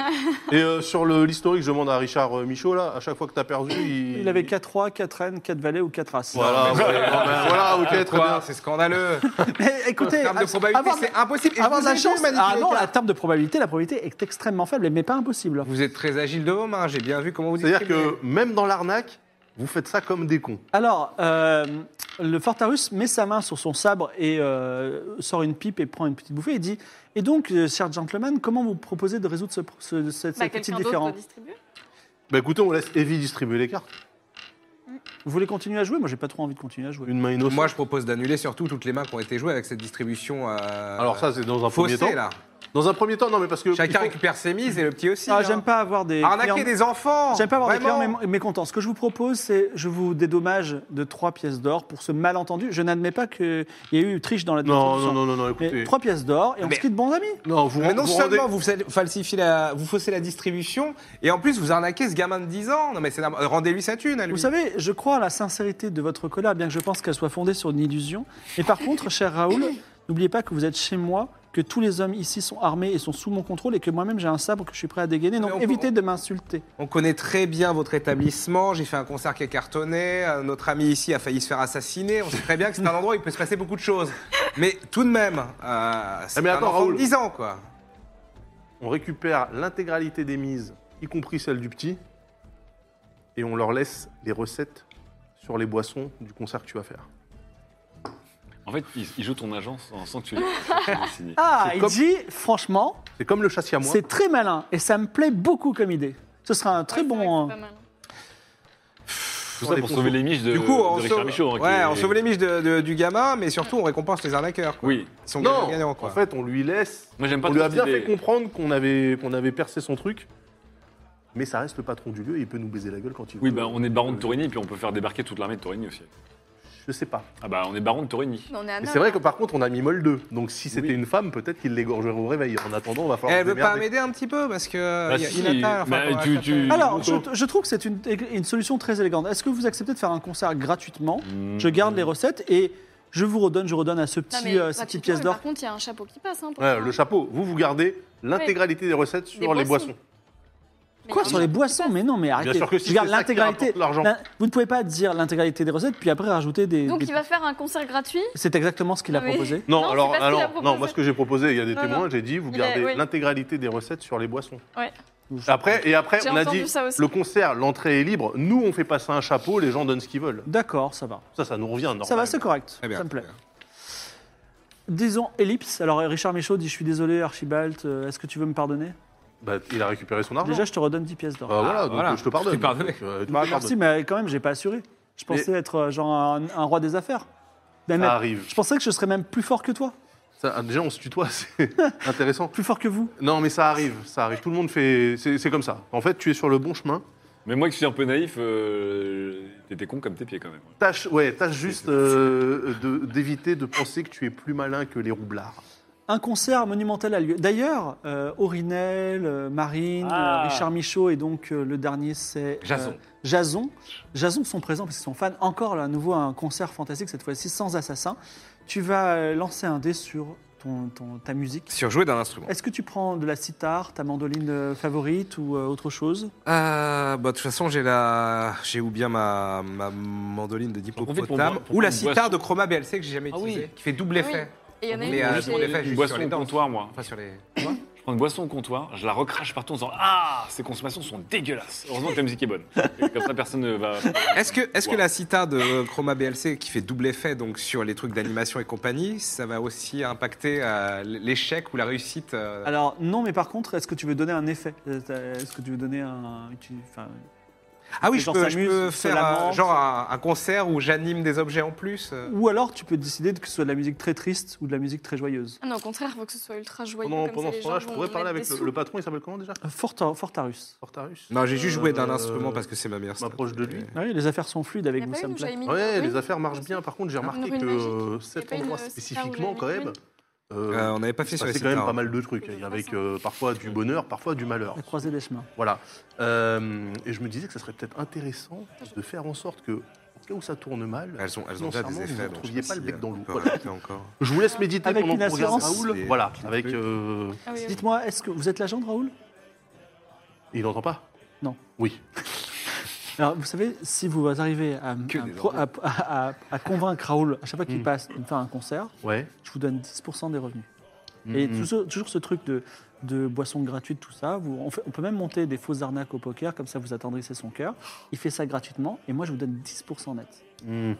Speaker 3: Et euh, sur le- l'historique, je demande à Richard euh, Michaud là, à chaque fois que t'as perdu, il...
Speaker 1: Il avait 4 rois, 4 reines, 4 valets ou 4 as.
Speaker 3: Voilà, ouais, bon, ben, voilà, ok, très
Speaker 5: Quoi,
Speaker 3: bien.
Speaker 5: C'est scandaleux.
Speaker 1: Mais écoutez,
Speaker 5: en termes de probabilité,
Speaker 1: avoir,
Speaker 5: c'est impossible. Et
Speaker 1: avoir
Speaker 5: vous
Speaker 1: de la
Speaker 5: avez
Speaker 1: chance.
Speaker 5: vu manipuler
Speaker 1: Ah non,
Speaker 5: les
Speaker 1: la
Speaker 5: cartes.
Speaker 1: table de probabilité, la probabilité est extrêmement faible, mais pas impossible.
Speaker 5: Vous êtes très agile de vos mains, j'ai bien vu comment vous
Speaker 3: C'est-à-dire
Speaker 5: distribuez.
Speaker 3: que Euh, même dans l'arnaque, vous faites ça comme des cons.
Speaker 1: Alors, euh, le Fortarus met sa main sur son sabre et euh, sort une pipe et prend une petite bouffée et dit Et donc, euh, cher gentleman, comment vous proposez de résoudre ce, ce, cette,
Speaker 4: Bah,
Speaker 1: cette petite
Speaker 4: quelqu'un d'autre
Speaker 1: différence
Speaker 4: doit distribuer.
Speaker 3: Bah écoutez, on laisse Evie distribuer les cartes.
Speaker 1: Vous voulez continuer à jouer Moi, j'ai pas trop envie de continuer à jouer.
Speaker 3: Une main innocente.
Speaker 5: Moi, je propose d'annuler surtout toutes les mains qui ont été jouées avec cette distribution. euh,
Speaker 3: Alors ça, c'est dans un premier
Speaker 5: faussée,
Speaker 3: temps.
Speaker 5: là.
Speaker 3: Dans un premier temps, non, mais parce que
Speaker 5: Chacun
Speaker 3: il faut-
Speaker 5: récupère ses mises et le petit aussi.
Speaker 1: Ah,
Speaker 5: hein.
Speaker 1: j'aime pas avoir des.
Speaker 5: Arnaquer
Speaker 1: clients-
Speaker 5: des enfants.
Speaker 1: J'aime pas avoir
Speaker 5: vraiment.
Speaker 1: des clients mé- mécontents. Ce que je vous propose, c'est je vous dédommage de trois pièces d'or pour ce malentendu. Je n'admets pas qu'il y ait eu triche dans la
Speaker 3: non,
Speaker 1: distribution.
Speaker 3: non, non, non, non, écoutez.
Speaker 1: Mais trois pièces d'or et on
Speaker 5: Mais-
Speaker 1: se quitte bons amis.
Speaker 3: Non, vous,
Speaker 5: Mais non
Speaker 3: vous rendez-
Speaker 5: seulement vous fa- falsifiez la, vous faussez la distribution, et en plus vous arnaquez ce gamin de 10 ans. Non mais c'est normal. rendez-lui sa thune à lui.
Speaker 1: Vous savez, je crois à la sincérité de votre colère, bien que je pense qu'elle soit fondée sur une illusion. Mais par contre, cher Raoul, n'oubliez pas que vous êtes chez moi, que tous les hommes ici sont armés et sont sous mon contrôle, et que moi-même j'ai un sabre que je suis prêt à dégainer.
Speaker 5: Mais on
Speaker 1: Donc
Speaker 5: peut-
Speaker 1: évitez de m'insulter.
Speaker 5: On connaît très bien votre établissement. J'ai fait un concert qui a cartonné. euh, Notre ami ici a failli se faire assassiner. On sait très bien que c'est un endroit où il peut se passer beaucoup de choses. Mais tout de même, euh, c'est
Speaker 3: mais
Speaker 5: un
Speaker 3: attends,
Speaker 5: enfant
Speaker 3: Raoul.
Speaker 5: de 10 ans quoi.
Speaker 3: on récupère l'intégralité des mises, y compris celle du petit, et on leur laisse les recettes sur les boissons du concert que tu vas faire.
Speaker 2: En fait, il, il joue ton agence en sanctuaire.
Speaker 1: Ah,
Speaker 3: C'est
Speaker 1: il
Speaker 3: comme-
Speaker 1: dit, franchement,
Speaker 3: C'est comme le chasse à moi.
Speaker 1: c'est très malin, et ça me plaît beaucoup comme idée. Ce sera un très
Speaker 4: Ouais, c'est vrai
Speaker 1: bon. hein.
Speaker 4: que c'est pas mal.
Speaker 2: Tout ça pour sauver les miches de,
Speaker 5: du coup, on
Speaker 2: de
Speaker 5: sauve,
Speaker 2: Richard Michaud. hein, qui
Speaker 5: ouais,
Speaker 2: est-
Speaker 5: on sauve les miches de- de- du gamin, mais surtout on récompense les arnaqueurs. Quoi.
Speaker 2: Oui.
Speaker 5: Ils sont
Speaker 3: Non,
Speaker 5: gagnants quoi.
Speaker 3: en fait, on lui laisse.
Speaker 2: Moi, j'aime pas
Speaker 3: On lui
Speaker 2: trop
Speaker 3: a bien
Speaker 2: cette
Speaker 3: fait
Speaker 2: idée.
Speaker 3: comprendre qu'on avait, qu'on avait percé son truc, mais ça reste le patron du lieu et il peut nous baiser la gueule quand il
Speaker 2: Oui,
Speaker 3: veut.
Speaker 2: bah, on est baron de Tourigny, puis on peut faire débarquer toute l'armée de Tourigny aussi.
Speaker 1: Je sais pas.
Speaker 2: Ah bah on est baron de Torigny.
Speaker 4: Mais on est un
Speaker 6: Mais
Speaker 4: homme,
Speaker 6: c'est vrai
Speaker 4: hein.
Speaker 6: que par contre, on a mis Molle 2. Donc si c'était une femme, peut-être qu'il l'égorgerait au réveil. En attendant, on va falloir.
Speaker 5: Elle
Speaker 6: se
Speaker 5: veut Eh, pas
Speaker 6: démerder.
Speaker 5: m'aider un petit peu parce que
Speaker 2: Bah
Speaker 5: il y a
Speaker 2: si,
Speaker 5: Inata, enfin,
Speaker 2: bah,
Speaker 5: qu'on va
Speaker 2: tu-
Speaker 5: chercher.
Speaker 2: tu-
Speaker 1: Alors, je, je trouve que c'est une, une solution très élégante. Est-ce que vous acceptez de faire un concert gratuitement
Speaker 6: Hmm.
Speaker 1: Je garde les recettes et je vous redonne, je redonne à ce
Speaker 4: Non,
Speaker 1: petit,
Speaker 4: mais
Speaker 1: euh, cette petite
Speaker 4: gratuitement,
Speaker 1: pièce
Speaker 4: mais
Speaker 1: d'or.
Speaker 4: Par contre, il y a un chapeau qui passe. Hein, pour
Speaker 6: Ouais,
Speaker 4: ça.
Speaker 6: le chapeau. Vous, vous gardez l'intégralité des recettes
Speaker 4: Des
Speaker 6: sur les boissons.
Speaker 4: Mais
Speaker 1: Quoi
Speaker 4: non,
Speaker 1: sur les boissons Mais non, mais arrêtez.
Speaker 6: sûr que si,
Speaker 1: je garde
Speaker 6: c'est ça qui
Speaker 1: l'intégralité.
Speaker 6: rapporte l'argent.
Speaker 1: la- Vous ne pouvez pas dire l'intégralité des recettes puis après rajouter des.
Speaker 4: Donc
Speaker 1: des-
Speaker 4: il va faire un concert gratuit
Speaker 1: C'est exactement ce qu'il a
Speaker 4: Non, mais-
Speaker 1: proposé.
Speaker 6: Non,
Speaker 4: Non, c'est
Speaker 6: alors,
Speaker 4: pas ce qu'il a
Speaker 6: alors non,
Speaker 4: proposé.
Speaker 6: moi ce que j'ai proposé, il y a des
Speaker 4: Non,
Speaker 6: témoins,
Speaker 4: non.
Speaker 6: j'ai dit, vous
Speaker 4: Il a-
Speaker 6: gardez
Speaker 4: oui.
Speaker 6: l'intégralité des recettes sur les boissons.
Speaker 4: Ouais.
Speaker 6: Après, et après,
Speaker 4: J'ai
Speaker 6: on a
Speaker 4: entendu
Speaker 6: dit,
Speaker 4: ça aussi.
Speaker 6: le concert, l'entrée est libre, nous on fait passer un chapeau, les gens donnent ce qu'ils veulent.
Speaker 1: D'accord, ça va.
Speaker 6: Ça, ça nous revient normal. Eh
Speaker 1: Ça va, c'est correct.
Speaker 5: Très bien,
Speaker 1: ça me plaît.
Speaker 5: très bien.
Speaker 1: Disons ellipse. Alors Richard Michaud dit Je suis désolé, Archibald, euh, est-ce que tu veux me pardonner
Speaker 6: Bah, il a récupéré son argent.
Speaker 1: Déjà, je Ah, te redonne 10 pièces d'or.
Speaker 6: Bah, voilà, donc
Speaker 5: voilà.
Speaker 6: je te pardonne.
Speaker 2: Je t'ai pardonné.
Speaker 6: Donc, euh, tu
Speaker 1: Bah,
Speaker 6: me
Speaker 1: merci, mais quand même, j'ai pas assuré. Je pensais être euh, genre un, un roi des affaires. Ben,
Speaker 6: pardonnes.
Speaker 1: mais-
Speaker 6: Ça
Speaker 2: Ah,
Speaker 6: arrive.
Speaker 1: Je pensais que je serais même plus fort que toi,
Speaker 6: Ça, ah, déjà, on se tutoie, c'est intéressant.
Speaker 1: plus fort que vous.
Speaker 6: Non, mais ça arrive, ça arrive. Tout le monde fait. C'est c'est comme ça. En fait, tu es sur le bon chemin.
Speaker 2: Mais moi qui suis un peu naïf, euh, t'étais con comme tes pieds quand même.
Speaker 6: Tâche, ouais, tâche juste euh, de- d'éviter de, penser que tu es plus malin que les roublards.
Speaker 1: Un concert monumental a lieu. D'ailleurs, euh, Aurinel, euh, Marine,
Speaker 2: Ah.
Speaker 1: euh, Richard Michaud et donc euh, le dernier c'est euh,
Speaker 2: Jason.
Speaker 1: Jason. Jason sont présents parce qu'ils sont fans. Encore là, à nouveau un concert fantastique cette fois-ci sans assassin. Tu vas euh, lancer un dé sur ton, ton- ta musique.
Speaker 5: Surjouer d'un instrument.
Speaker 1: Est-ce que tu prends de la sitar, ta mandoline euh, favorite ou euh, autre chose
Speaker 5: Euh, bah, de toute façon, j'ai la, j'ai ou bien ma, ma mandoline de
Speaker 2: On profite pour
Speaker 5: d'hippopotame
Speaker 2: boire- pour
Speaker 5: ou la
Speaker 2: qu'on
Speaker 5: sitar
Speaker 2: boive.
Speaker 5: de Chroma BLC que j'ai jamais
Speaker 2: Ah oui.
Speaker 5: utilisée, qui fait double
Speaker 4: oui.
Speaker 5: effet.
Speaker 4: Et il y en a
Speaker 5: Mais, euh,
Speaker 4: une
Speaker 5: pour les
Speaker 4: qui
Speaker 5: faits,
Speaker 2: une
Speaker 5: juste
Speaker 2: boisson
Speaker 5: sur les
Speaker 2: au
Speaker 5: dents.
Speaker 2: comptoir, moi.
Speaker 5: Enfin, sur les.
Speaker 2: Je prends une boisson au comptoir, je la recrache partout en disant Ah, ces consommations sont dégueulasses. Heureusement que la musique est bonne. Et comme ça, personne ne va.
Speaker 5: Est-ce que, est-ce que
Speaker 2: Wow.
Speaker 5: la sitar de euh, Chroma BLC qui fait double effet donc sur les trucs d'animation et compagnie, ça va aussi impacter euh, l'échec ou la réussite euh,
Speaker 1: Alors non, mais par contre, est-ce que tu veux donner un effet Euh, Est-ce que tu veux donner un tu- enfin,
Speaker 5: Ah oui,
Speaker 1: les
Speaker 5: je
Speaker 1: gens
Speaker 5: peux, je
Speaker 1: s'amusent,
Speaker 5: peux
Speaker 1: se
Speaker 5: faire
Speaker 1: lamentent.
Speaker 5: euh, genre un, un concert où j'anime des objets en plus. euh.
Speaker 1: Ou alors tu peux décider que ce soit de la musique très triste ou de la musique très joyeuse.
Speaker 4: Ah non, au contraire, il faut que ce soit ultra joyeux.
Speaker 6: Pendant,
Speaker 4: comme
Speaker 6: pendant
Speaker 4: ça,
Speaker 6: ce
Speaker 4: les
Speaker 6: temps-là,
Speaker 4: gens
Speaker 6: je
Speaker 4: vont
Speaker 6: pourrais
Speaker 4: mettre
Speaker 6: parler avec
Speaker 4: des
Speaker 6: le,
Speaker 4: sous.
Speaker 6: le patron, il s'appelle comment déjà
Speaker 1: Euh, Forta- Fortarus.
Speaker 6: Fortarus
Speaker 5: Non, j'ai juste joué d'un
Speaker 6: Euh,
Speaker 5: instrument parce que c'est ma meilleure.
Speaker 6: je m'approche de lui.
Speaker 1: Ah oui, les affaires sont fluides
Speaker 4: Il y
Speaker 1: avec
Speaker 4: a
Speaker 1: vous,
Speaker 4: pas
Speaker 1: ça
Speaker 4: une
Speaker 1: me
Speaker 4: où j'avais
Speaker 1: plaît.
Speaker 4: mis-
Speaker 6: Ouais,
Speaker 4: Euh, oui.
Speaker 6: les affaires marchent bien. Par contre, j'ai remarqué
Speaker 4: une
Speaker 6: que
Speaker 4: magique.
Speaker 6: euh,
Speaker 4: Il y a
Speaker 6: cet
Speaker 4: pas une,
Speaker 6: endroit
Speaker 4: euh, sitar où
Speaker 6: spécifiquement,
Speaker 4: j'avais
Speaker 6: quand
Speaker 4: mis une
Speaker 6: même, euh,
Speaker 5: Euh, on n'avait pas
Speaker 6: il
Speaker 5: fait
Speaker 6: se
Speaker 5: sur les
Speaker 6: passait quand même
Speaker 5: sitars,
Speaker 6: pas
Speaker 5: hein.
Speaker 6: mal de trucs. Avec euh, parfois du bonheur, parfois du malheur.
Speaker 1: La croisée des chemins.
Speaker 6: Voilà. Euh, et je me disais que ça serait peut-être intéressant de faire en sorte que, au cas où ça tourne mal,
Speaker 5: hein. Elles ont, elles ont déjà des
Speaker 6: financièrement,
Speaker 5: effets.
Speaker 6: vous ne
Speaker 5: donc je
Speaker 6: trouviez
Speaker 5: sais
Speaker 6: pas le
Speaker 5: si,
Speaker 6: bec
Speaker 5: euh,
Speaker 6: dans
Speaker 5: on
Speaker 6: l'eau.
Speaker 5: peut
Speaker 6: Voilà.
Speaker 5: rajouter encore.
Speaker 6: Je vous laisse méditer
Speaker 1: Avec
Speaker 6: pendant
Speaker 1: une
Speaker 6: que vous regardez
Speaker 1: assurance.
Speaker 6: Raoul.
Speaker 5: C'est-
Speaker 6: Voilà,
Speaker 5: c'est
Speaker 6: avec.
Speaker 5: le truc.
Speaker 6: euh,
Speaker 4: Ah oui, oui.
Speaker 1: Dites-moi, est-ce que vous êtes l'agent de Raoul
Speaker 6: Il n'entend pas
Speaker 1: Non.
Speaker 6: Oui.
Speaker 1: Alors, vous savez, si vous arrivez à, à-
Speaker 2: des
Speaker 1: pro- à- à- à- à convaincre Raoul à chaque fois qu'il passe de me faire un concert,
Speaker 6: Ouais.
Speaker 1: je vous donne 10% des revenus. Et toujours, toujours ce truc de, de boissons gratuites, tout ça. vous- on, fait- on peut même monter des fausses arnaques au poker, comme ça vous attendrissez son cœur. Il fait ça gratuitement, et moi je vous donne 10% net.
Speaker 6: Mm.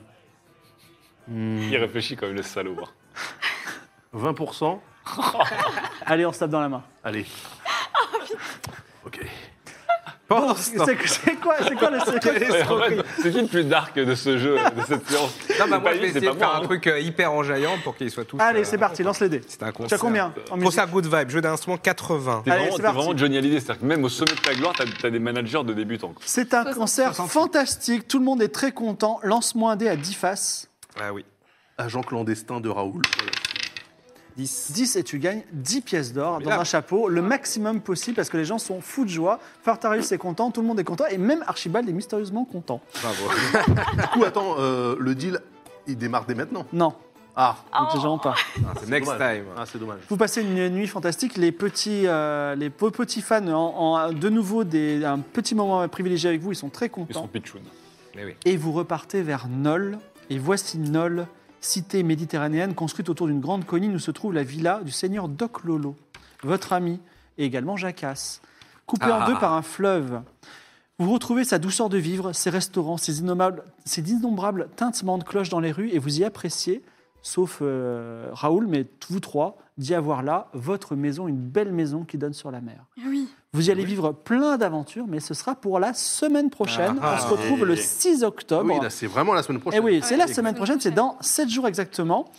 Speaker 2: Il réfléchit quand même, le salaud. hein.
Speaker 6: 20%.
Speaker 1: Allez, on se tape dans la main.
Speaker 6: Allez. ok.
Speaker 5: Pendant ce temps-
Speaker 1: C'est c'est quoi, c'est quoi le secret
Speaker 2: Ouais, en fait, C'est qui le plus dark de ce jeu, de cette séance
Speaker 5: Non, bah,
Speaker 2: C'est
Speaker 5: moi,
Speaker 2: pas
Speaker 5: je
Speaker 2: lui,
Speaker 5: vais
Speaker 2: c'est
Speaker 5: essayer
Speaker 2: pas
Speaker 5: de faire
Speaker 2: moi,
Speaker 5: un
Speaker 2: hein.
Speaker 5: truc euh, hyper enjaillant pour qu'ils soient tous.
Speaker 1: Allez,
Speaker 5: euh,
Speaker 1: c'est parti, lance les dés.
Speaker 5: C'est un concert.
Speaker 1: Tu as combien en musique
Speaker 5: Concert Good Vibe, jeu d'instrument 80.
Speaker 2: T'es
Speaker 1: Allez,
Speaker 2: vraiment,
Speaker 1: c'est
Speaker 2: t'es
Speaker 1: parti.
Speaker 2: vraiment Johnny Hallyday, c'est-à-dire que même au sommet de ta gloire, t'as t'as des managers de débutants. quoi.
Speaker 1: C'est un concert fantastique, tout le monde est très content. Lance-moi un dé à 10 faces.
Speaker 5: Ah oui.
Speaker 6: Agent clandestin de Raoul.
Speaker 5: 10.
Speaker 1: 10 et tu gagnes 10 pièces d'or dans
Speaker 5: là-
Speaker 1: un chapeau, le maximum possible parce que les gens sont fous de joie. Fartarius est content, tout le monde est content et même Archibald est mystérieusement content.
Speaker 5: Bravo.
Speaker 6: Du coup, attends, euh, le deal, il démarre dès maintenant.
Speaker 1: Non,
Speaker 6: Ah,
Speaker 1: gens pas.
Speaker 5: Ah, c'est Next
Speaker 6: dommage.
Speaker 2: hein.
Speaker 5: time.
Speaker 6: Ah, c'est dommage.
Speaker 1: Vous passez une nuit fantastique. Les petits, euh, les po- petits fans, en, en- de nouveau, des, un petit moment privilégié avec vous, ils sont très
Speaker 2: Ils sont
Speaker 1: contents.
Speaker 2: pitchounes.
Speaker 5: Mais oui.
Speaker 1: Et vous repartez vers Nol. Et voici Nol, cité méditerranéenne construite autour d'une grande colline où se trouve la villa du seigneur Doc Lolo, votre ami, et également Jacasse. Coupé en
Speaker 5: Ah.
Speaker 1: deux par un fleuve, vous retrouvez sa douceur de vivre, ses restaurants, ses, innommables- ses innombrables tintements de cloches dans les rues, et vous y appréciez, sauf euh, Raoul, mais t- vous trois, d'y avoir là votre maison, une belle maison qui donne sur la mer.
Speaker 4: Oui.
Speaker 1: Vous y allez vivre plein d'aventures, mais ce sera pour la semaine prochaine.
Speaker 5: Ah.
Speaker 1: On se retrouve le 6
Speaker 6: Ah
Speaker 1: octobre.
Speaker 6: oui, là, c'est vraiment la semaine
Speaker 1: Eh
Speaker 6: prochaine.
Speaker 1: oui, c'est la
Speaker 4: Ouais.
Speaker 1: semaine prochaine, c'est dans 7 jours exactement.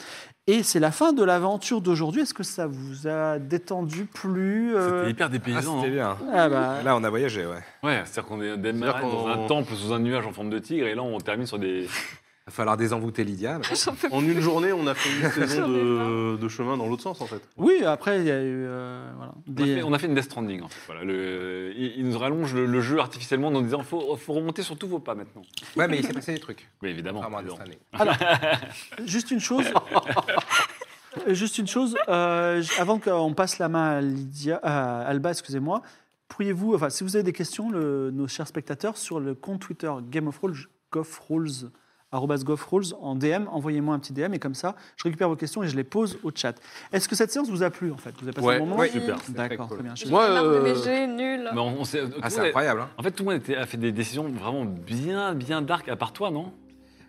Speaker 1: Et c'est la fin de l'aventure d'aujourd'hui. Est-ce que ça vous a détendu plus euh,
Speaker 2: C'était hyper
Speaker 5: Ah,
Speaker 2: dépaysant.
Speaker 5: c'était
Speaker 2: hein.
Speaker 5: bien.
Speaker 1: ah bah,
Speaker 5: Là, on a voyagé, ouais.
Speaker 2: Ouais, c'est-à-dire qu'on est démarre
Speaker 6: C'est-à-dire qu'on-
Speaker 2: dans un temple sous un nuage en forme de tigre et là on termine sur des,
Speaker 5: va falloir désenvoûter Lydia. mais-
Speaker 6: En une journée, on a fait une saison
Speaker 4: J'en ai
Speaker 6: de, de chemin dans l'autre sens, en fait.
Speaker 1: Oui, après, il y a eu. euh, voilà,
Speaker 2: On a,
Speaker 1: des-
Speaker 2: fait, on a fait une Death Stranding en fait. Voilà, le- il, il nous rallonge le, le jeu artificiellement en nous disant faut, faut remonter sur tous vos pas maintenant. Ah,
Speaker 5: Ouais, mais il s'est passé des trucs. Ah,
Speaker 2: Mais évidemment.
Speaker 5: Vraiment, à
Speaker 2: évidemment.
Speaker 5: Disneyland.
Speaker 1: Juste une chose. Juste une chose. euh, j- avant qu'on passe la main à Lydia, euh, à Alba, excusez-moi, pourriez-vous, enfin, si vous avez des questions, le- nos chers spectateurs, sur le compte Twitter Game of Rules, GoffRules, arrobas GoffRules, en DM, envoyez-moi un petit DM et comme ça, je récupère vos questions et je les pose au chat. Est-ce que cette séance vous a plu en fait Vous avez passé
Speaker 5: Ouais,
Speaker 1: un moment
Speaker 4: ouais, super.
Speaker 1: D'accord,
Speaker 5: Très cool.
Speaker 1: très bien.
Speaker 4: J'ai
Speaker 3: Moi,
Speaker 4: marre de mes
Speaker 3: euh,
Speaker 4: jets nuls.
Speaker 2: Mais on- on s'est- tout le
Speaker 5: Ah,
Speaker 2: monde
Speaker 5: c'est
Speaker 2: a-
Speaker 5: incroyable. hein.
Speaker 2: En fait, tout le monde était- a fait des décisions vraiment bien, bien dark, à part toi, non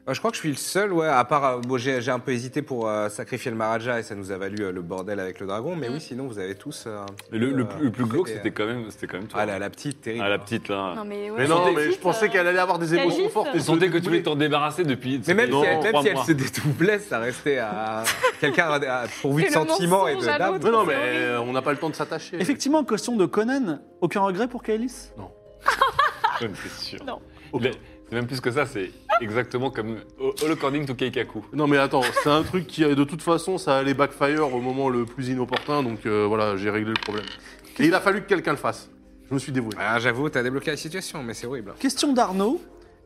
Speaker 5: Euh, Je crois que je suis le seul, ouais, à part. euh, bon, j'ai j'ai un peu hésité pour euh, sacrifier le Maharaja et ça nous a valu euh, le bordel avec le dragon,
Speaker 4: Mm.
Speaker 5: mais oui, sinon vous avez tous. euh, un petit
Speaker 2: Mais le,
Speaker 5: peu,
Speaker 2: le
Speaker 5: euh,
Speaker 2: plus, le plus glauque,
Speaker 5: c'était,
Speaker 2: c'était quand même, c'était quand même toi.
Speaker 5: Ah, la, la petite, terrible.
Speaker 2: Ah, la petite là.
Speaker 4: Non, mais ouais.
Speaker 6: Mais non, mais je
Speaker 4: euh,
Speaker 6: pensais qu'elle allait avoir des
Speaker 4: T'as
Speaker 6: émotions
Speaker 4: juste-
Speaker 6: fortes.
Speaker 2: Je
Speaker 6: et se
Speaker 2: sentais que tu
Speaker 6: dédoubler.
Speaker 2: voulais t'en débarrasser depuis.
Speaker 5: Mais même si elle, même
Speaker 2: trois
Speaker 5: si elle
Speaker 2: mois.
Speaker 5: se dédoublait, ça restait à. Quelqu'un a- a pourvu de
Speaker 4: C'est le
Speaker 5: sentiments et de
Speaker 4: mensonge à
Speaker 5: d'âme.
Speaker 4: l'autre.
Speaker 6: Mais non, mais
Speaker 4: C'est horrible.
Speaker 6: euh, on n'a pas le temps de s'attacher.
Speaker 1: Effectivement, question de Conan, aucun regret pour Kaelis
Speaker 2: Ouais, mais C'est sûr.
Speaker 4: Non.
Speaker 2: Il est- C'est même plus que ça, c'est exactement comme Ho- All According to Keikaku.
Speaker 6: Non, mais attends, c'est un truc qui, de toute façon, ça allait backfire au moment le plus inopportun, donc euh, voilà, j'ai réglé le problème. Et il a fallu que quelqu'un le fasse. Je me suis dévoué.
Speaker 5: Ah, j'avoue, t'as débloqué la situation, mais c'est horrible.
Speaker 1: Question d'Arnaud,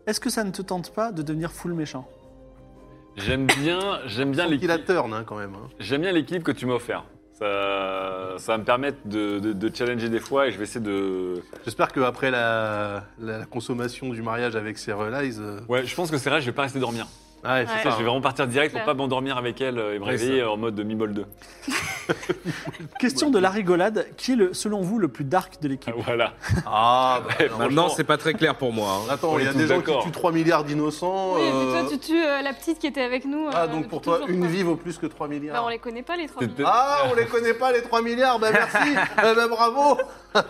Speaker 1: est-ce que ça ne te tente pas de devenir full méchant
Speaker 2: J'aime bien, j'aime
Speaker 5: Ah,
Speaker 2: bien
Speaker 6: Il a
Speaker 2: l'équilibre.
Speaker 6: turn, hein, quand même. hein.
Speaker 2: J'aime bien l'équilibre que tu m'as offert. Ça, ça va me permettre de, de- de challenger des fois et je vais essayer de.
Speaker 6: J'espère qu'après la, la, la consommation du mariage avec Sarah Lies. euh,
Speaker 2: Ouais, je pense que c'est vrai, je vais pas rester dormir.
Speaker 6: Ah, c'est
Speaker 4: Ouais.
Speaker 2: Ça,
Speaker 6: ça.
Speaker 2: je vais vraiment partir direct pour
Speaker 4: Clair.
Speaker 2: pas m'endormir avec elle euh, et me
Speaker 6: Ouais,
Speaker 2: réveiller en mode mi-bol 2.
Speaker 1: Question de la rigolade, qui est le, selon vous le plus dark de l'équipe
Speaker 2: Voilà.
Speaker 6: Ah, bah,
Speaker 2: Ouais,
Speaker 5: Maintenant,
Speaker 2: franchement,
Speaker 5: c'est pas très clair pour moi. hein.
Speaker 6: Attends,
Speaker 2: On
Speaker 6: il y
Speaker 2: est
Speaker 6: a
Speaker 2: tous
Speaker 6: des gens qui
Speaker 2: d'accord.
Speaker 6: tuent 3 milliards d'innocents.
Speaker 4: Oui, et puis
Speaker 6: euh,
Speaker 4: toi, tu tues euh, la petite qui était avec nous.
Speaker 6: Ah,
Speaker 4: euh,
Speaker 6: donc
Speaker 4: depuis
Speaker 6: pour toi,
Speaker 4: toujours,
Speaker 6: une
Speaker 4: quoi.
Speaker 6: vie vaut plus que 3
Speaker 4: Bah,
Speaker 6: milliards.
Speaker 4: on les connaît pas, les trois.
Speaker 2: C'était-
Speaker 4: millions.
Speaker 6: Ah, on les connaît pas, les 3 milliards Ben merci Eh ben, bravo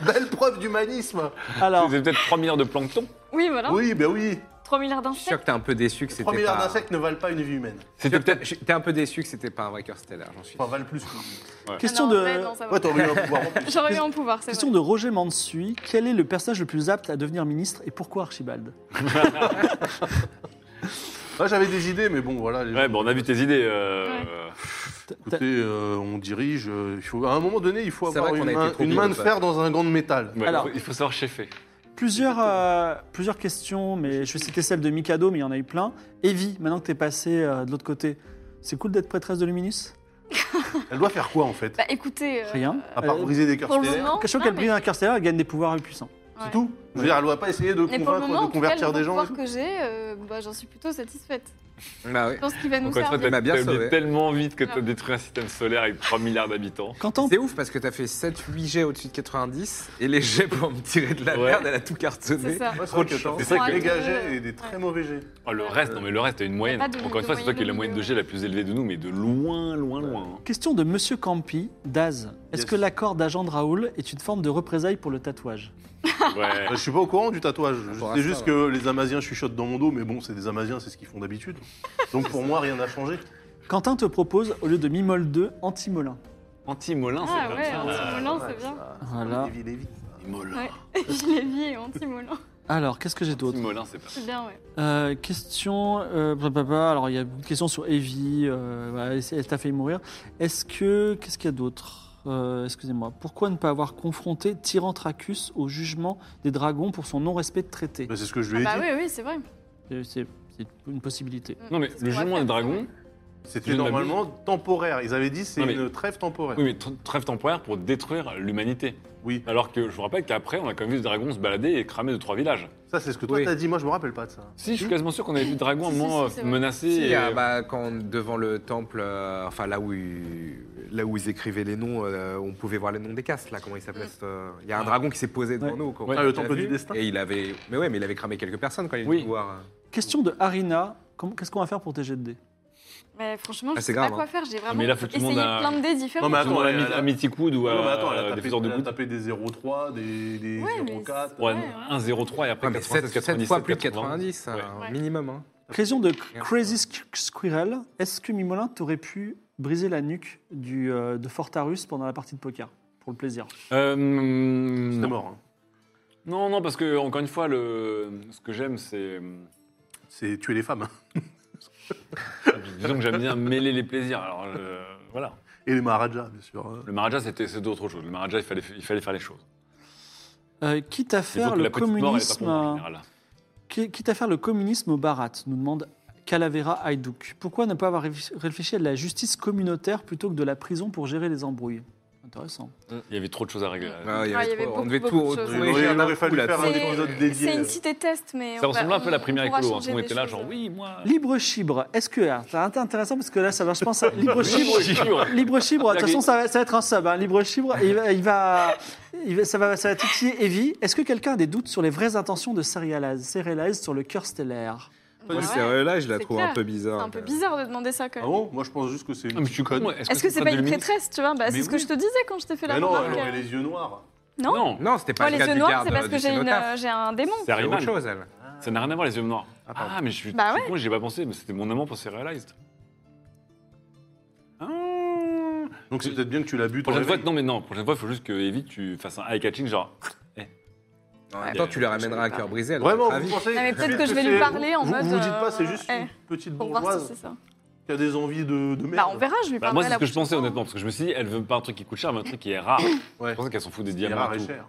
Speaker 6: Belle preuve d'humanisme
Speaker 1: Alors,
Speaker 2: c'est peut-être 3 milliards de plancton.
Speaker 4: Oui, voilà.
Speaker 6: Oui, ben oui
Speaker 4: 3 milliards
Speaker 5: Je suis sûr
Speaker 4: d'insectes.
Speaker 5: que t'es un peu déçu que
Speaker 6: 3
Speaker 5: c'était
Speaker 6: milliards
Speaker 5: pas.
Speaker 6: d'insectes ne valent pas une vie humaine.
Speaker 2: C'était peut-être.
Speaker 5: Je- T'es un peu déçu que c'était pas un vrai cœur stellaire, j'en suis.
Speaker 6: Enfin, valent plus. que-
Speaker 1: question
Speaker 4: Ah
Speaker 1: de...
Speaker 4: non, en vrai, non, ça va.
Speaker 6: Ouais, t'aurais eu un pouvoir en plus.
Speaker 4: J'aurais eu un pouvoir, c'est
Speaker 1: Question
Speaker 4: vrai.
Speaker 1: de Roger Mansuy, quel est le personnage le plus apte à devenir ministre et pourquoi Archibald
Speaker 6: Ouais, J'avais des idées, mais bon, voilà. les
Speaker 2: Ouais,
Speaker 6: gens-
Speaker 2: bon, on a vu tes idées. euh,
Speaker 4: Ouais.
Speaker 2: euh,
Speaker 6: Écoutez, euh, on dirige. euh, il faut, à un moment donné, il faut
Speaker 5: C'est
Speaker 6: avoir
Speaker 5: vrai qu'on a été
Speaker 6: une, main,
Speaker 5: trop
Speaker 6: une
Speaker 5: vieux,
Speaker 6: main de
Speaker 5: ça.
Speaker 6: fer dans un gant de métal.
Speaker 2: ouais,
Speaker 1: Alors-
Speaker 2: il faut- il faut savoir cheffer.
Speaker 1: Plusieurs, euh, plusieurs questions, mais je vais citer celle de Mikado, mais il y en a eu plein. Evie, maintenant que t'es passé euh, de l'autre côté, c'est cool d'être prêtresse de Luminus
Speaker 6: Elle doit faire quoi, en fait
Speaker 4: Bah, écoutez. euh,
Speaker 1: Rien.
Speaker 6: À part
Speaker 1: euh,
Speaker 6: briser des cœurs
Speaker 4: Pour le
Speaker 6: stellaires
Speaker 4: moment.
Speaker 1: Sachant
Speaker 4: non,
Speaker 1: qu'elle
Speaker 4: mais-
Speaker 1: brille un cœur stellaire, elle gagne des pouvoirs impuissants.
Speaker 4: Ouais.
Speaker 6: C'est tout Je veux dire, elle doit pas essayer de
Speaker 4: Mais pour le
Speaker 6: convaincre,
Speaker 4: moment, en
Speaker 6: de
Speaker 4: tout cas,
Speaker 6: convertir
Speaker 4: le
Speaker 6: des gens. et
Speaker 4: pouvoir
Speaker 6: tout.
Speaker 4: que j'ai, euh, bah, j'en suis plutôt satisfaite.
Speaker 5: Bah oui.
Speaker 4: Je pense qu'il va nous
Speaker 2: Encore une fois,
Speaker 4: servir.
Speaker 5: Il m'a
Speaker 2: t'as
Speaker 5: ben, bien
Speaker 2: t'as
Speaker 5: sauvé.
Speaker 2: oublié tellement vite que t'as
Speaker 4: Non.
Speaker 2: détruit un système solaire avec 3 milliards d'habitants.
Speaker 4: Oh.
Speaker 1: Quentin,
Speaker 5: C'est ouf parce que t'as fait 7-8 jets au-dessus de 90 et les jets pour me tirer de la
Speaker 2: Ouais.
Speaker 5: merde, elle a tout cartonné.
Speaker 4: C'est ça.
Speaker 6: Ouais, c'est
Speaker 5: Trop
Speaker 6: vrai
Speaker 5: de
Speaker 6: que t'as
Speaker 5: chance.
Speaker 6: des
Speaker 2: C'est vrai
Speaker 6: très
Speaker 2: que-
Speaker 6: méga jets et des très
Speaker 4: euh, Ouais.
Speaker 6: mauvais jets. Euh,
Speaker 2: Oh, le reste, non mais le reste, t'as une moyenne.
Speaker 4: pas de-
Speaker 2: Encore une
Speaker 4: de
Speaker 2: fois, c'est toi qui as la moyenne
Speaker 4: moyenne
Speaker 2: de
Speaker 4: de
Speaker 2: G la plus élevée de nous, mais de loin, loin, loin. hein.
Speaker 1: question de Monsieur Campi, Daz. Est-ce
Speaker 6: Yes.
Speaker 1: que l'accord d'agent de Raoul est une forme de représailles pour le tatouage
Speaker 4: Ah
Speaker 2: Ouais.
Speaker 6: Bah, je suis pas au courant du tatouage. Je
Speaker 5: rapport à
Speaker 6: sais
Speaker 5: ça,
Speaker 6: juste
Speaker 5: ouais.
Speaker 6: que les Amaziens chuchotent dans mon dos, mais bon, c'est des Amaziens, c'est ce qu'ils font d'habitude. Donc pour moi, rien n'a changé.
Speaker 1: Quentin te propose, au lieu de Mimol 2, Antimolin.
Speaker 2: Anti-molin,
Speaker 4: Ah
Speaker 2: c'est
Speaker 4: ouais,
Speaker 2: comme ça.
Speaker 4: anti-molin, c'est bien.
Speaker 1: Voilà.
Speaker 6: Lévi, Lévi.
Speaker 2: Anti-molin.
Speaker 4: Ouais. Je l'ai vu, et anti-molin.
Speaker 1: Alors, qu'est-ce que j'ai d'autre
Speaker 2: Anti-molin, c'est pas.
Speaker 4: C'est bien, ouais.
Speaker 1: Euh, question, euh, blablabla. alors il y a une question sur Evie, euh, voilà, elle s'est- elle t'a failli mourir. Est-ce que, qu'est-ce qu'il y a d'autre Euh, Excusez-moi, pourquoi ne pas avoir confronté Tyrantracus au jugement des dragons pour son non-respect de traité
Speaker 6: Bah, c'est ce que je
Speaker 4: Ah
Speaker 6: lui ai
Speaker 4: bah
Speaker 6: dit.
Speaker 4: oui, oui, c'est vrai.
Speaker 1: C'est- C'est c'est une possibilité.
Speaker 2: Non mais
Speaker 4: C'est ce
Speaker 2: le
Speaker 4: qu'on va
Speaker 2: jugement
Speaker 4: faire,
Speaker 2: des
Speaker 4: c'est vrai.
Speaker 2: dragons,
Speaker 6: C'était
Speaker 2: Je ne
Speaker 6: normalement temporaire. Ils avaient dit c'est
Speaker 2: Non, mais-
Speaker 6: une trêve temporaire.
Speaker 2: oui mais tr- trêve temporaire pour détruire l'humanité.
Speaker 6: Oui.
Speaker 2: Alors que je vous rappelle qu'après, on a quand même vu des dragons se balader et cramer deux trois villages.
Speaker 6: Ça, c'est ce que toi
Speaker 5: Oui.
Speaker 6: t'as dit. Moi, je me rappelle pas de ça.
Speaker 2: Si, je suis quasiment sûr qu'on avait vu des dragons à un
Speaker 4: Si, si,
Speaker 2: moment
Speaker 4: si, c'est
Speaker 2: euh,
Speaker 4: vrai.
Speaker 2: menacés.
Speaker 5: Si,
Speaker 2: et-
Speaker 5: ah bah, quand devant le temple, euh, enfin là où, ils- là où ils écrivaient les noms, euh, on pouvait voir les noms des castes, là, comment il s'appelait
Speaker 4: Mm.
Speaker 5: ce- Il y a un dragon qui s'est posé devant
Speaker 1: Ouais.
Speaker 5: nous. Quoi.
Speaker 2: Ouais.
Speaker 6: Ah, le
Speaker 5: Tu l'as
Speaker 6: temple
Speaker 5: vu
Speaker 6: du destin.
Speaker 5: Et il avait. Mais ouais, mais il avait cramé quelques personnes quand il
Speaker 2: Oui.
Speaker 5: est voir. euh,
Speaker 1: Question de Harina, Comment- qu'est-ce qu'on va faire pour tes jets de dés
Speaker 4: Mais franchement,
Speaker 5: Ah,
Speaker 4: je
Speaker 5: c'est
Speaker 4: sais
Speaker 5: grave,
Speaker 4: pas quoi faire. J'ai vraiment
Speaker 2: mais là, faut que tout le
Speaker 4: essayé
Speaker 2: monde a-
Speaker 4: plein de dés différents.
Speaker 6: Non, mais
Speaker 2: Tout le monde euh,
Speaker 6: attends,
Speaker 2: à
Speaker 6: elle
Speaker 2: mi-
Speaker 6: a-
Speaker 2: à Mythicood ou
Speaker 6: Non, mais
Speaker 2: à
Speaker 6: attends, elle a
Speaker 2: euh,
Speaker 6: tapé,
Speaker 2: Défenseur de
Speaker 6: elle a
Speaker 2: Good.
Speaker 6: tapé des 0,3, des, des
Speaker 4: Ouais, mais
Speaker 6: 0,4.
Speaker 4: c'est-
Speaker 2: Ouais,
Speaker 4: Ouais, ouais.
Speaker 2: 1,03 et après 96,
Speaker 5: 7,
Speaker 2: 97,
Speaker 5: fois plus de
Speaker 2: 90.
Speaker 5: 90, un
Speaker 4: Ouais.
Speaker 5: minimum. Hein.
Speaker 1: Question de Crazy Squ- Squirrel, est-ce que Mimolin t'aurait pu briser la nuque du, euh, de Fortarus pendant la partie de poker Pour le plaisir.
Speaker 2: Euh, non.
Speaker 6: C'est mort. hein.
Speaker 2: Euh, Non, non, parce que encore une fois, le... ce que j'aime, c'est. hum,
Speaker 6: C'est tuer les femmes. hein.
Speaker 2: Disons que j'aime bien mêler les plaisirs. Alors, euh, voilà.
Speaker 6: Et les Maharajas, bien sûr. hein.
Speaker 2: Le Maharaja, c'était c'était autre chose. Le Maharaja, il fallait, il fallait faire les choses.
Speaker 1: Euh, quitte à
Speaker 2: Disons
Speaker 1: faire
Speaker 2: que
Speaker 1: le
Speaker 2: la petite mort, elle est pas
Speaker 1: communisme.
Speaker 2: pour moi, en général.
Speaker 1: Qui- Quitte à faire le communisme au Bharat, nous demande Calavera Haïdouk. Pourquoi ne pas avoir réfléchi- réfléchi à de la justice communautaire plutôt que de la prison pour gérer les embrouilles Intéressant.
Speaker 2: Il y avait trop de choses à régler.
Speaker 5: Ah, il y
Speaker 4: Ah,
Speaker 5: avait
Speaker 4: il y
Speaker 5: trop-
Speaker 4: avait
Speaker 5: on
Speaker 4: beaucoup,
Speaker 5: devait
Speaker 4: beaucoup
Speaker 5: tout
Speaker 4: de choses.
Speaker 5: retrouver.
Speaker 6: Il
Speaker 5: chacun
Speaker 6: aurait
Speaker 5: d'un
Speaker 6: fallu
Speaker 5: coup, là,
Speaker 6: faire
Speaker 5: tout
Speaker 6: un
Speaker 5: est-
Speaker 6: épisode
Speaker 4: C'est-
Speaker 6: dédié.
Speaker 4: C'est une cité test, mais.
Speaker 2: Ça
Speaker 4: on va-
Speaker 2: ressemblait un peu à la
Speaker 4: on
Speaker 2: première
Speaker 4: pourra
Speaker 2: écolo. hein.
Speaker 4: changer
Speaker 2: On
Speaker 4: des
Speaker 2: était là,
Speaker 4: choses.
Speaker 2: genre, oui, moi.
Speaker 1: Libre Chibre, est-ce que. ah, C'est int- intéressant parce que là, ça va, je pense. à- Libre Chibre. Libre Chibre, de toute façon, ça va, ça va être un sub. hein. Libre Chibre, il va, il va- il va- ça va, ça va titiller Evie. Est-ce que quelqu'un a des doutes sur les vraies intentions de Serialaz Serialaz sur le cœur stellaire
Speaker 4: Ouais.
Speaker 5: C'est vrai, là, je la
Speaker 4: C'est
Speaker 5: trouve
Speaker 4: clair.
Speaker 5: un peu
Speaker 4: C'est
Speaker 5: bizarre.
Speaker 4: un peu bizarre de demander ça quand
Speaker 6: Ah
Speaker 4: même.
Speaker 6: bon Moi, je pense juste que c'est une.
Speaker 2: Ah, mais je suis con. moi.
Speaker 4: Est-ce que c'est pas une
Speaker 2: prêtresse
Speaker 4: prêtresse, tu vois Bah,
Speaker 2: Mais
Speaker 4: C'est ce que
Speaker 2: oui.
Speaker 4: je te disais quand je t'ai fait la
Speaker 6: Mais non, elle
Speaker 4: remarque.
Speaker 6: aurait les yeux noirs.
Speaker 4: Non,
Speaker 2: Non,
Speaker 5: Non, c'était pas
Speaker 4: Moi,
Speaker 5: le
Speaker 4: les
Speaker 5: cas
Speaker 4: yeux
Speaker 5: du
Speaker 4: noirs,
Speaker 5: garde
Speaker 4: c'est parce
Speaker 5: du
Speaker 4: que j'ai une,
Speaker 5: cénotaphe.
Speaker 4: euh, j'ai un démon.
Speaker 2: c'est
Speaker 5: C'est
Speaker 2: Harryman.
Speaker 5: autre chose, elle.
Speaker 2: Ça n'a rien à voir, les yeux noirs. Ah,
Speaker 6: pardon.
Speaker 2: mais je suis
Speaker 4: Bah
Speaker 2: je suis
Speaker 4: ouais.
Speaker 2: con, j'y ai pas pensé, mais c'était mon amour pour Serialized. Ah.
Speaker 6: Donc c'est peut-être bien que tu la butes. au
Speaker 2: Prochaine fois,
Speaker 6: réveil.
Speaker 2: non mais non, prochaine fois, il faut juste que Evie, tu fasses un eye catching genre.
Speaker 5: En même temps, tu lui ramèneras un cœur brisé. elle va
Speaker 6: Vraiment,
Speaker 5: être
Speaker 6: vous
Speaker 5: ravie.
Speaker 6: pensez
Speaker 4: Ah, mais peut-être
Speaker 6: juste
Speaker 4: que je vais lui
Speaker 6: c'est-
Speaker 4: parler en
Speaker 6: vous,
Speaker 4: mode,
Speaker 6: Vous dites pas,
Speaker 4: euh,
Speaker 6: c'est juste une petite
Speaker 4: Pour voir si
Speaker 6: bourgeoise
Speaker 4: c'est ça.
Speaker 6: qui a des envies de, de
Speaker 4: Bah,
Speaker 6: merde.
Speaker 4: on verra, je lui
Speaker 2: Bah,
Speaker 4: parlerai
Speaker 2: moi, c'est
Speaker 4: la
Speaker 2: ce que je
Speaker 4: prochaine
Speaker 2: pensais
Speaker 4: fois.
Speaker 2: honnêtement, parce que je me suis dit, elle veut pas un truc qui coûte cher, mais un truc qui est rare.
Speaker 6: Ouais.
Speaker 2: C'est pour ça qu'elle s'en fout des
Speaker 6: Il est
Speaker 2: diamants.
Speaker 6: rare
Speaker 2: et
Speaker 6: et
Speaker 2: tout.
Speaker 6: cher.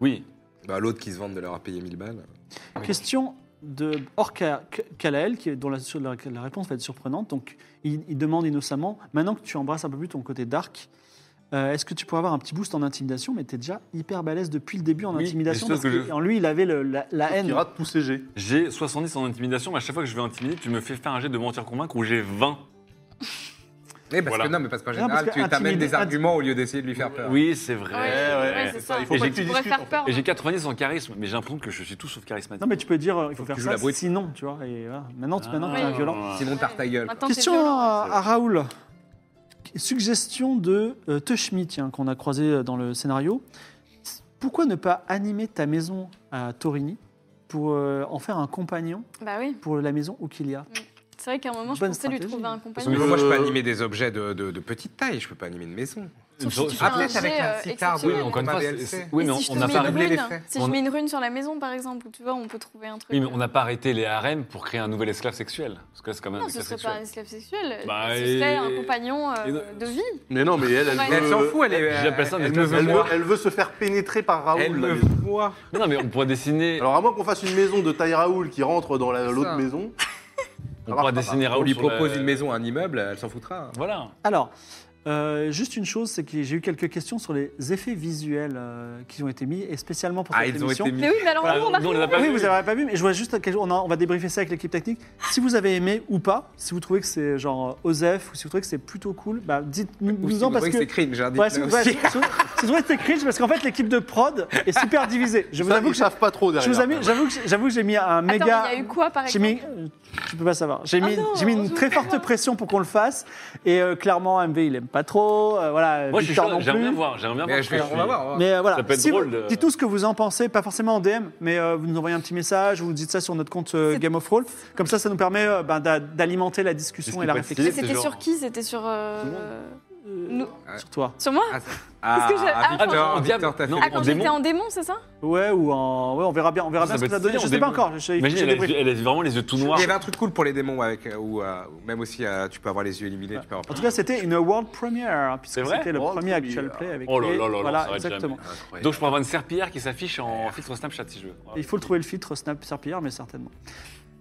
Speaker 2: Oui,
Speaker 5: Bah, L'autre qui se vante de leur avoir payé 1000 balles.
Speaker 1: Question de Orca Kalael, qui, dont la, sur- la- la réponse va être surprenante. Donc, il, il demande innocemment Maintenant que tu embrasses un peu plus ton côté dark, euh, est-ce que tu pourrais avoir un petit boost en intimidation Mais t'es déjà hyper balèze depuis le début en
Speaker 2: Oui,
Speaker 1: intimidation.
Speaker 2: mais c'est
Speaker 1: Parce
Speaker 2: ça que
Speaker 1: que
Speaker 2: je-
Speaker 1: en lui, il avait le- la, la haine.
Speaker 6: Qui rate tous ses jets.
Speaker 2: j'ai 70 en intimidation, mais à chaque fois que je vais intimider, tu me fais faire un jet de mentir convaincre où j'ai 20.
Speaker 5: Eh, parce
Speaker 2: Voilà.
Speaker 5: que non, mais parce qu'en
Speaker 1: Non, parce
Speaker 5: général,
Speaker 1: que
Speaker 5: tu t'amènes
Speaker 1: intimider-
Speaker 5: des arguments au lieu d'essayer de lui faire peur.
Speaker 2: Oui, c'est
Speaker 4: Ouais,
Speaker 2: vrai.
Speaker 6: ouais,
Speaker 4: ouais,
Speaker 2: c'est
Speaker 4: c'est ça.
Speaker 6: Il faut
Speaker 4: Et
Speaker 6: pas
Speaker 4: j'ai-
Speaker 6: que tu
Speaker 4: pourrais
Speaker 6: discutes,
Speaker 4: faire peur.
Speaker 2: Et j'ai 90 en charisme, mais j'ai l'impression que je suis tout sauf
Speaker 1: Non,
Speaker 2: charismatique.
Speaker 1: mais tu peux dire euh, Il faut faire
Speaker 5: tu
Speaker 1: ça,
Speaker 5: joues la brute.
Speaker 1: sinon, tu vois. Et, voilà. Maintenant, tu maintenant que
Speaker 2: Ah.
Speaker 1: t'es un violent.
Speaker 5: Sinon, t'as ta gueule.
Speaker 4: Maintenant, t'es
Speaker 1: Question
Speaker 4: violent. hein.
Speaker 1: à, à Raoul. Suggestion de euh, Teuchmi, tiens, qu'on a croisé euh, dans le scénario. Pourquoi ne pas animer ta maison à Torini pour euh, en faire un compagnon
Speaker 4: Bah oui,
Speaker 1: pour la maison Oukilia
Speaker 4: c'est vrai qu'à un moment, je
Speaker 1: Bonne
Speaker 4: pensais lui
Speaker 1: stratégie.
Speaker 4: trouver un
Speaker 5: Mais
Speaker 4: compagnon.
Speaker 5: moi, je peux
Speaker 6: Euh,
Speaker 5: animer des objets de, de- de petite taille, je peux pas animer une maison.
Speaker 2: Une
Speaker 4: Sauf si
Speaker 2: chose- Ah,
Speaker 4: tu fais un
Speaker 5: Athlète avec
Speaker 4: jet,
Speaker 5: un
Speaker 4: euh,
Speaker 5: sitar,
Speaker 2: Oui,
Speaker 5: Ouais,
Speaker 2: encore une
Speaker 5: on va
Speaker 2: fois, c'est-
Speaker 5: DLC.
Speaker 2: oui,
Speaker 4: Et
Speaker 2: mais on
Speaker 4: si je te
Speaker 2: on n'a
Speaker 4: mets
Speaker 2: pas
Speaker 4: une
Speaker 2: arrêté.
Speaker 5: réglé les
Speaker 4: rune,
Speaker 5: faits.
Speaker 4: Si je
Speaker 2: On-
Speaker 4: mets une rune sur la maison, par exemple, tu vois, on peut trouver un truc.
Speaker 2: Oui, mais on n'a pas arrêté les harems pour créer un nouvel esclave sexuel. Parce que là, c'est quand même
Speaker 4: Non,
Speaker 2: un
Speaker 4: ce
Speaker 2: esclave
Speaker 4: serait pas un
Speaker 2: sexuel.
Speaker 4: esclave sexuel.
Speaker 2: Bah,
Speaker 4: ce serait
Speaker 2: et-
Speaker 4: un compagnon euh,
Speaker 2: et non-
Speaker 4: de vie.
Speaker 6: Mais non, mais elle,
Speaker 4: Ouais.
Speaker 6: elle
Speaker 5: Elle s'en
Speaker 6: veut.
Speaker 5: fout, elle est.
Speaker 2: j'appelle ça
Speaker 5: elle
Speaker 2: des
Speaker 5: me
Speaker 2: esclaves
Speaker 5: veut
Speaker 6: Elle veut,
Speaker 5: voir.
Speaker 6: elle veut se faire pénétrer par Raoul.
Speaker 5: Elle
Speaker 6: la
Speaker 5: me
Speaker 6: maison.
Speaker 5: voit.
Speaker 2: Mais non, mais on pourrait dessiner,
Speaker 6: Alors à moins qu'on fasse une maison de taille Raoul qui rentre dans la-
Speaker 5: C'est
Speaker 6: l'autre
Speaker 5: ça.
Speaker 6: maison.
Speaker 2: on pourrait dessiner
Speaker 5: On
Speaker 2: Raoul
Speaker 5: lui
Speaker 2: sur la-
Speaker 5: propose une maison, un immeuble, elle s'en foutra.
Speaker 2: Voilà.
Speaker 1: Alors, euh, juste une chose, c'est que j'ai eu quelques questions sur les effets visuels euh, qui ont été mis, et spécialement pour
Speaker 5: Ah,
Speaker 1: cette
Speaker 5: ils ont
Speaker 1: émission. Ah, bah
Speaker 5: été mis.
Speaker 4: Mais oui, mais alors,
Speaker 2: Voilà,
Speaker 4: nous, on a
Speaker 2: nous, on les
Speaker 4: rien
Speaker 2: a pas
Speaker 4: vu.
Speaker 1: Oui,
Speaker 2: vus.
Speaker 1: vous n'avez pas vu, mais je vois juste, quelque- on, a- on va débriefer ça avec l'équipe technique. Si vous avez aimé ou pas, si vous trouvez que c'est genre euh, Osef, ou si vous trouvez que c'est plutôt cool, bah,
Speaker 5: Ou
Speaker 1: dites-nous
Speaker 5: si
Speaker 1: en
Speaker 5: vous
Speaker 1: parce
Speaker 5: trouvez que
Speaker 1: que
Speaker 5: c'est cringe, hein,
Speaker 1: Ouais, c'est
Speaker 5: dites-le
Speaker 1: ouais,
Speaker 5: aussi.
Speaker 1: c'est- c'est- c'est vrai que c'est cringe parce qu'en fait l'équipe de prod est super divisée. Je vous
Speaker 6: Ça,
Speaker 1: avoue
Speaker 6: ils
Speaker 1: que j'ai-
Speaker 6: savent pas trop
Speaker 1: je
Speaker 6: derrière.
Speaker 1: vous avoue- j'avoue que j'ai- j'avoue que j'ai mis un
Speaker 4: Attends,
Speaker 1: méga.
Speaker 4: mais il y a eu quoi, par
Speaker 1: j'ai
Speaker 4: exemple
Speaker 1: mis, euh, tu peux pas savoir. J'ai
Speaker 4: Ah
Speaker 1: mis,
Speaker 4: non,
Speaker 1: j'ai mis une
Speaker 4: je
Speaker 1: très
Speaker 4: sais
Speaker 1: forte
Speaker 4: pas.
Speaker 1: pression pour qu'on le fasse et euh, clairement MV il aime pas trop. euh, voilà,
Speaker 2: Moi, je suis
Speaker 1: Victor
Speaker 2: chaud,
Speaker 1: non
Speaker 2: j'aimerais
Speaker 1: plus.
Speaker 2: bien voir. J'aimerais bien voir.
Speaker 5: Mais
Speaker 2: parce
Speaker 5: je
Speaker 2: que
Speaker 5: vais-
Speaker 2: je
Speaker 5: on va
Speaker 2: suis-
Speaker 5: voir, on va voir.
Speaker 1: Mais euh, voilà,
Speaker 2: Ça peut être
Speaker 1: Si vous-
Speaker 2: drôle de-
Speaker 1: dites-nous ce que vous en pensez, pas forcément en DM, mais euh, vous nous envoyez un petit message, vous dites ça sur notre compte euh,
Speaker 4: C'est-
Speaker 1: Game of Roll. Comme ça, ça nous permet euh, ben, d'a- d'alimenter la discussion
Speaker 2: Est-ce
Speaker 1: et la
Speaker 2: qu'il peut être
Speaker 1: réflexion
Speaker 4: Mais
Speaker 2: c'est
Speaker 4: C'était
Speaker 2: genre-
Speaker 4: sur qui C'était sur. euh,
Speaker 2: Tout le
Speaker 4: nous-
Speaker 1: sur toi.
Speaker 4: Sur moi
Speaker 5: Ah,
Speaker 4: Parce que j'ai-
Speaker 5: Ah,
Speaker 4: ah,
Speaker 5: Victor,
Speaker 2: en diable.
Speaker 5: Victor, t'as
Speaker 2: Non.
Speaker 5: fait
Speaker 4: Ah,
Speaker 5: des-
Speaker 4: quand
Speaker 2: en
Speaker 4: j'étais
Speaker 2: démon.
Speaker 4: en démon, c'est ça
Speaker 1: Ouais, ou en... ouais, on verra bien, on verra
Speaker 2: Ça
Speaker 1: bien ce
Speaker 2: peut
Speaker 1: que ça
Speaker 2: être
Speaker 1: donne.
Speaker 2: stylé,
Speaker 1: Je
Speaker 2: on
Speaker 1: sais pas
Speaker 2: débute.
Speaker 1: encore. je-
Speaker 2: Imagine,
Speaker 1: je
Speaker 2: elle a,
Speaker 1: débriefe.
Speaker 2: elle a vraiment les yeux tout
Speaker 5: Il
Speaker 2: noirs.
Speaker 5: y avait un truc cool pour les démons avec euh, ou euh, ou même aussi euh, tu peux avoir les yeux éliminés, tu peux avoir.
Speaker 1: En tout cas, c'était une world premiere, hein, puisque
Speaker 2: C'est vrai
Speaker 1: c'était le
Speaker 6: World
Speaker 1: premier
Speaker 6: premiere.
Speaker 1: actual play avec
Speaker 2: Oh là
Speaker 1: les-
Speaker 2: là là là, ça
Speaker 1: Voilà,
Speaker 2: arrête
Speaker 1: exactement.
Speaker 2: jamais. Donc, je peux avoir une serpillière qui s'affiche en filtre Snapchat si je veux.
Speaker 1: Il faut le trouver le filtre Snap Serpillard, mais certainement.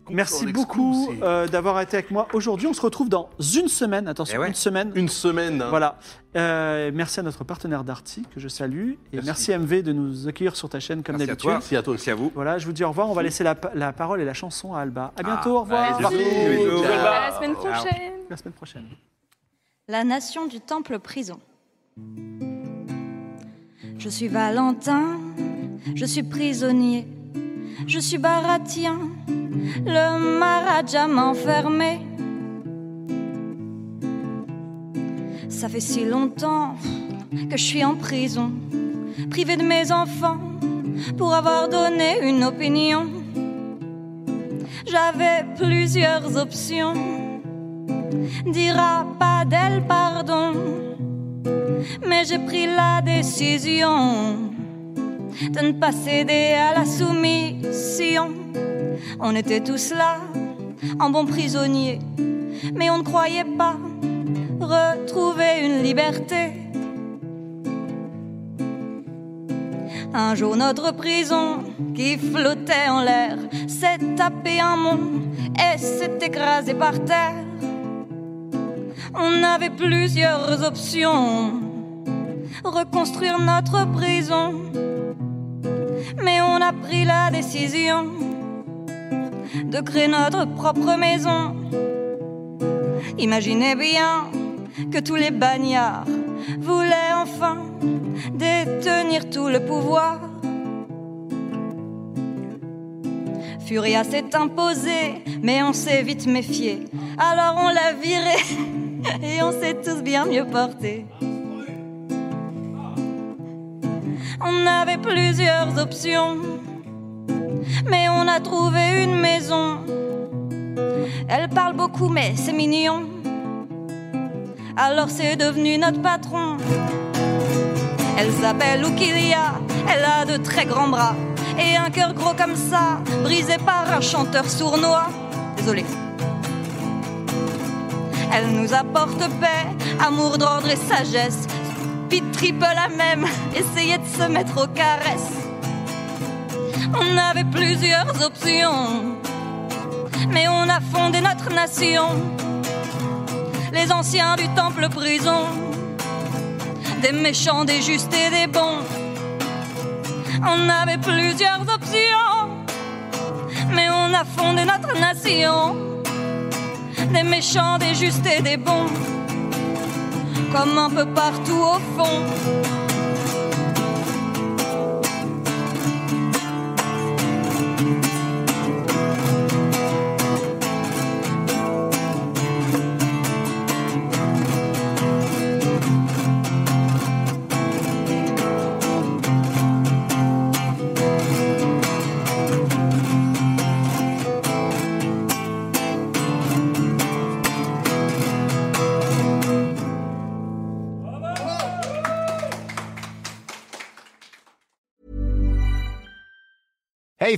Speaker 6: en
Speaker 1: Merci beaucoup
Speaker 6: exclusive.
Speaker 1: euh, d'avoir été avec moi aujourd'hui. On se retrouve dans une semaine. Attention,
Speaker 5: Eh ouais.
Speaker 1: une semaine.
Speaker 6: Une semaine. hein.
Speaker 1: Voilà. Euh, merci à notre partenaire Darty, que je salue. Et merci,
Speaker 6: Merci.
Speaker 1: MV de nous accueillir sur ta chaîne comme
Speaker 5: Merci à
Speaker 1: d'habitude.
Speaker 5: toi.
Speaker 6: Merci à toi aussi.
Speaker 5: Merci à vous.
Speaker 1: Voilà, je vous dis au revoir. On va laisser la, pa- la parole et la chanson à Alba. À bientôt, au revoir.
Speaker 5: Ah, bah, allez, bisous.
Speaker 1: À
Speaker 5: Bisous.
Speaker 4: À la
Speaker 6: Ciao.
Speaker 4: semaine prochaine
Speaker 1: la semaine prochaine.
Speaker 7: La nation du temple prison. Je suis Valentin, je suis prisonnier, je suis Baratien, le Maharaja m'a enfermé. Ça fait si longtemps que je suis en prison, privé de mes enfants, pour avoir donné une opinion. J'avais plusieurs options dira pas d'elle pardon. Mais j'ai pris la décision de ne pas céder à la soumission. On était tous là un bon prisonnier. Mais on ne croyait pas retrouver une liberté. Un jour, notre prison qui flottait en l'air s'est tapé un mont et s'est écrasé par terre. On avait plusieurs options. Reconstruire notre prison. Mais on a pris la décision de créer notre propre maison. Imaginez bien que tous les bagnards voulaient enfin détenir tout le pouvoir. Furia s'est imposée, mais on s'est vite méfié. Alors on l'a virée et on s'est tous bien mieux portés. On avait plusieurs options, mais on a trouvé une maison. Elle parle beaucoup, mais c'est mignon. Alors c'est devenu notre patron. Elle s'appelle Oukilia, elle a de très grands bras et un cœur gros comme ça, brisé par un chanteur sournois. Désolé. Elle nous apporte paix, amour d'ordre et sagesse. Speed triple la même, essayez de se mettre aux caresses. On avait plusieurs options, mais on a fondé notre nation. Les anciens du temple prison, des méchants, des justes et des bons. On avait plusieurs options, mais on a fondé notre nation. Des méchants, des justes et des bons, comme un peu partout au fond.
Speaker 6: Hey,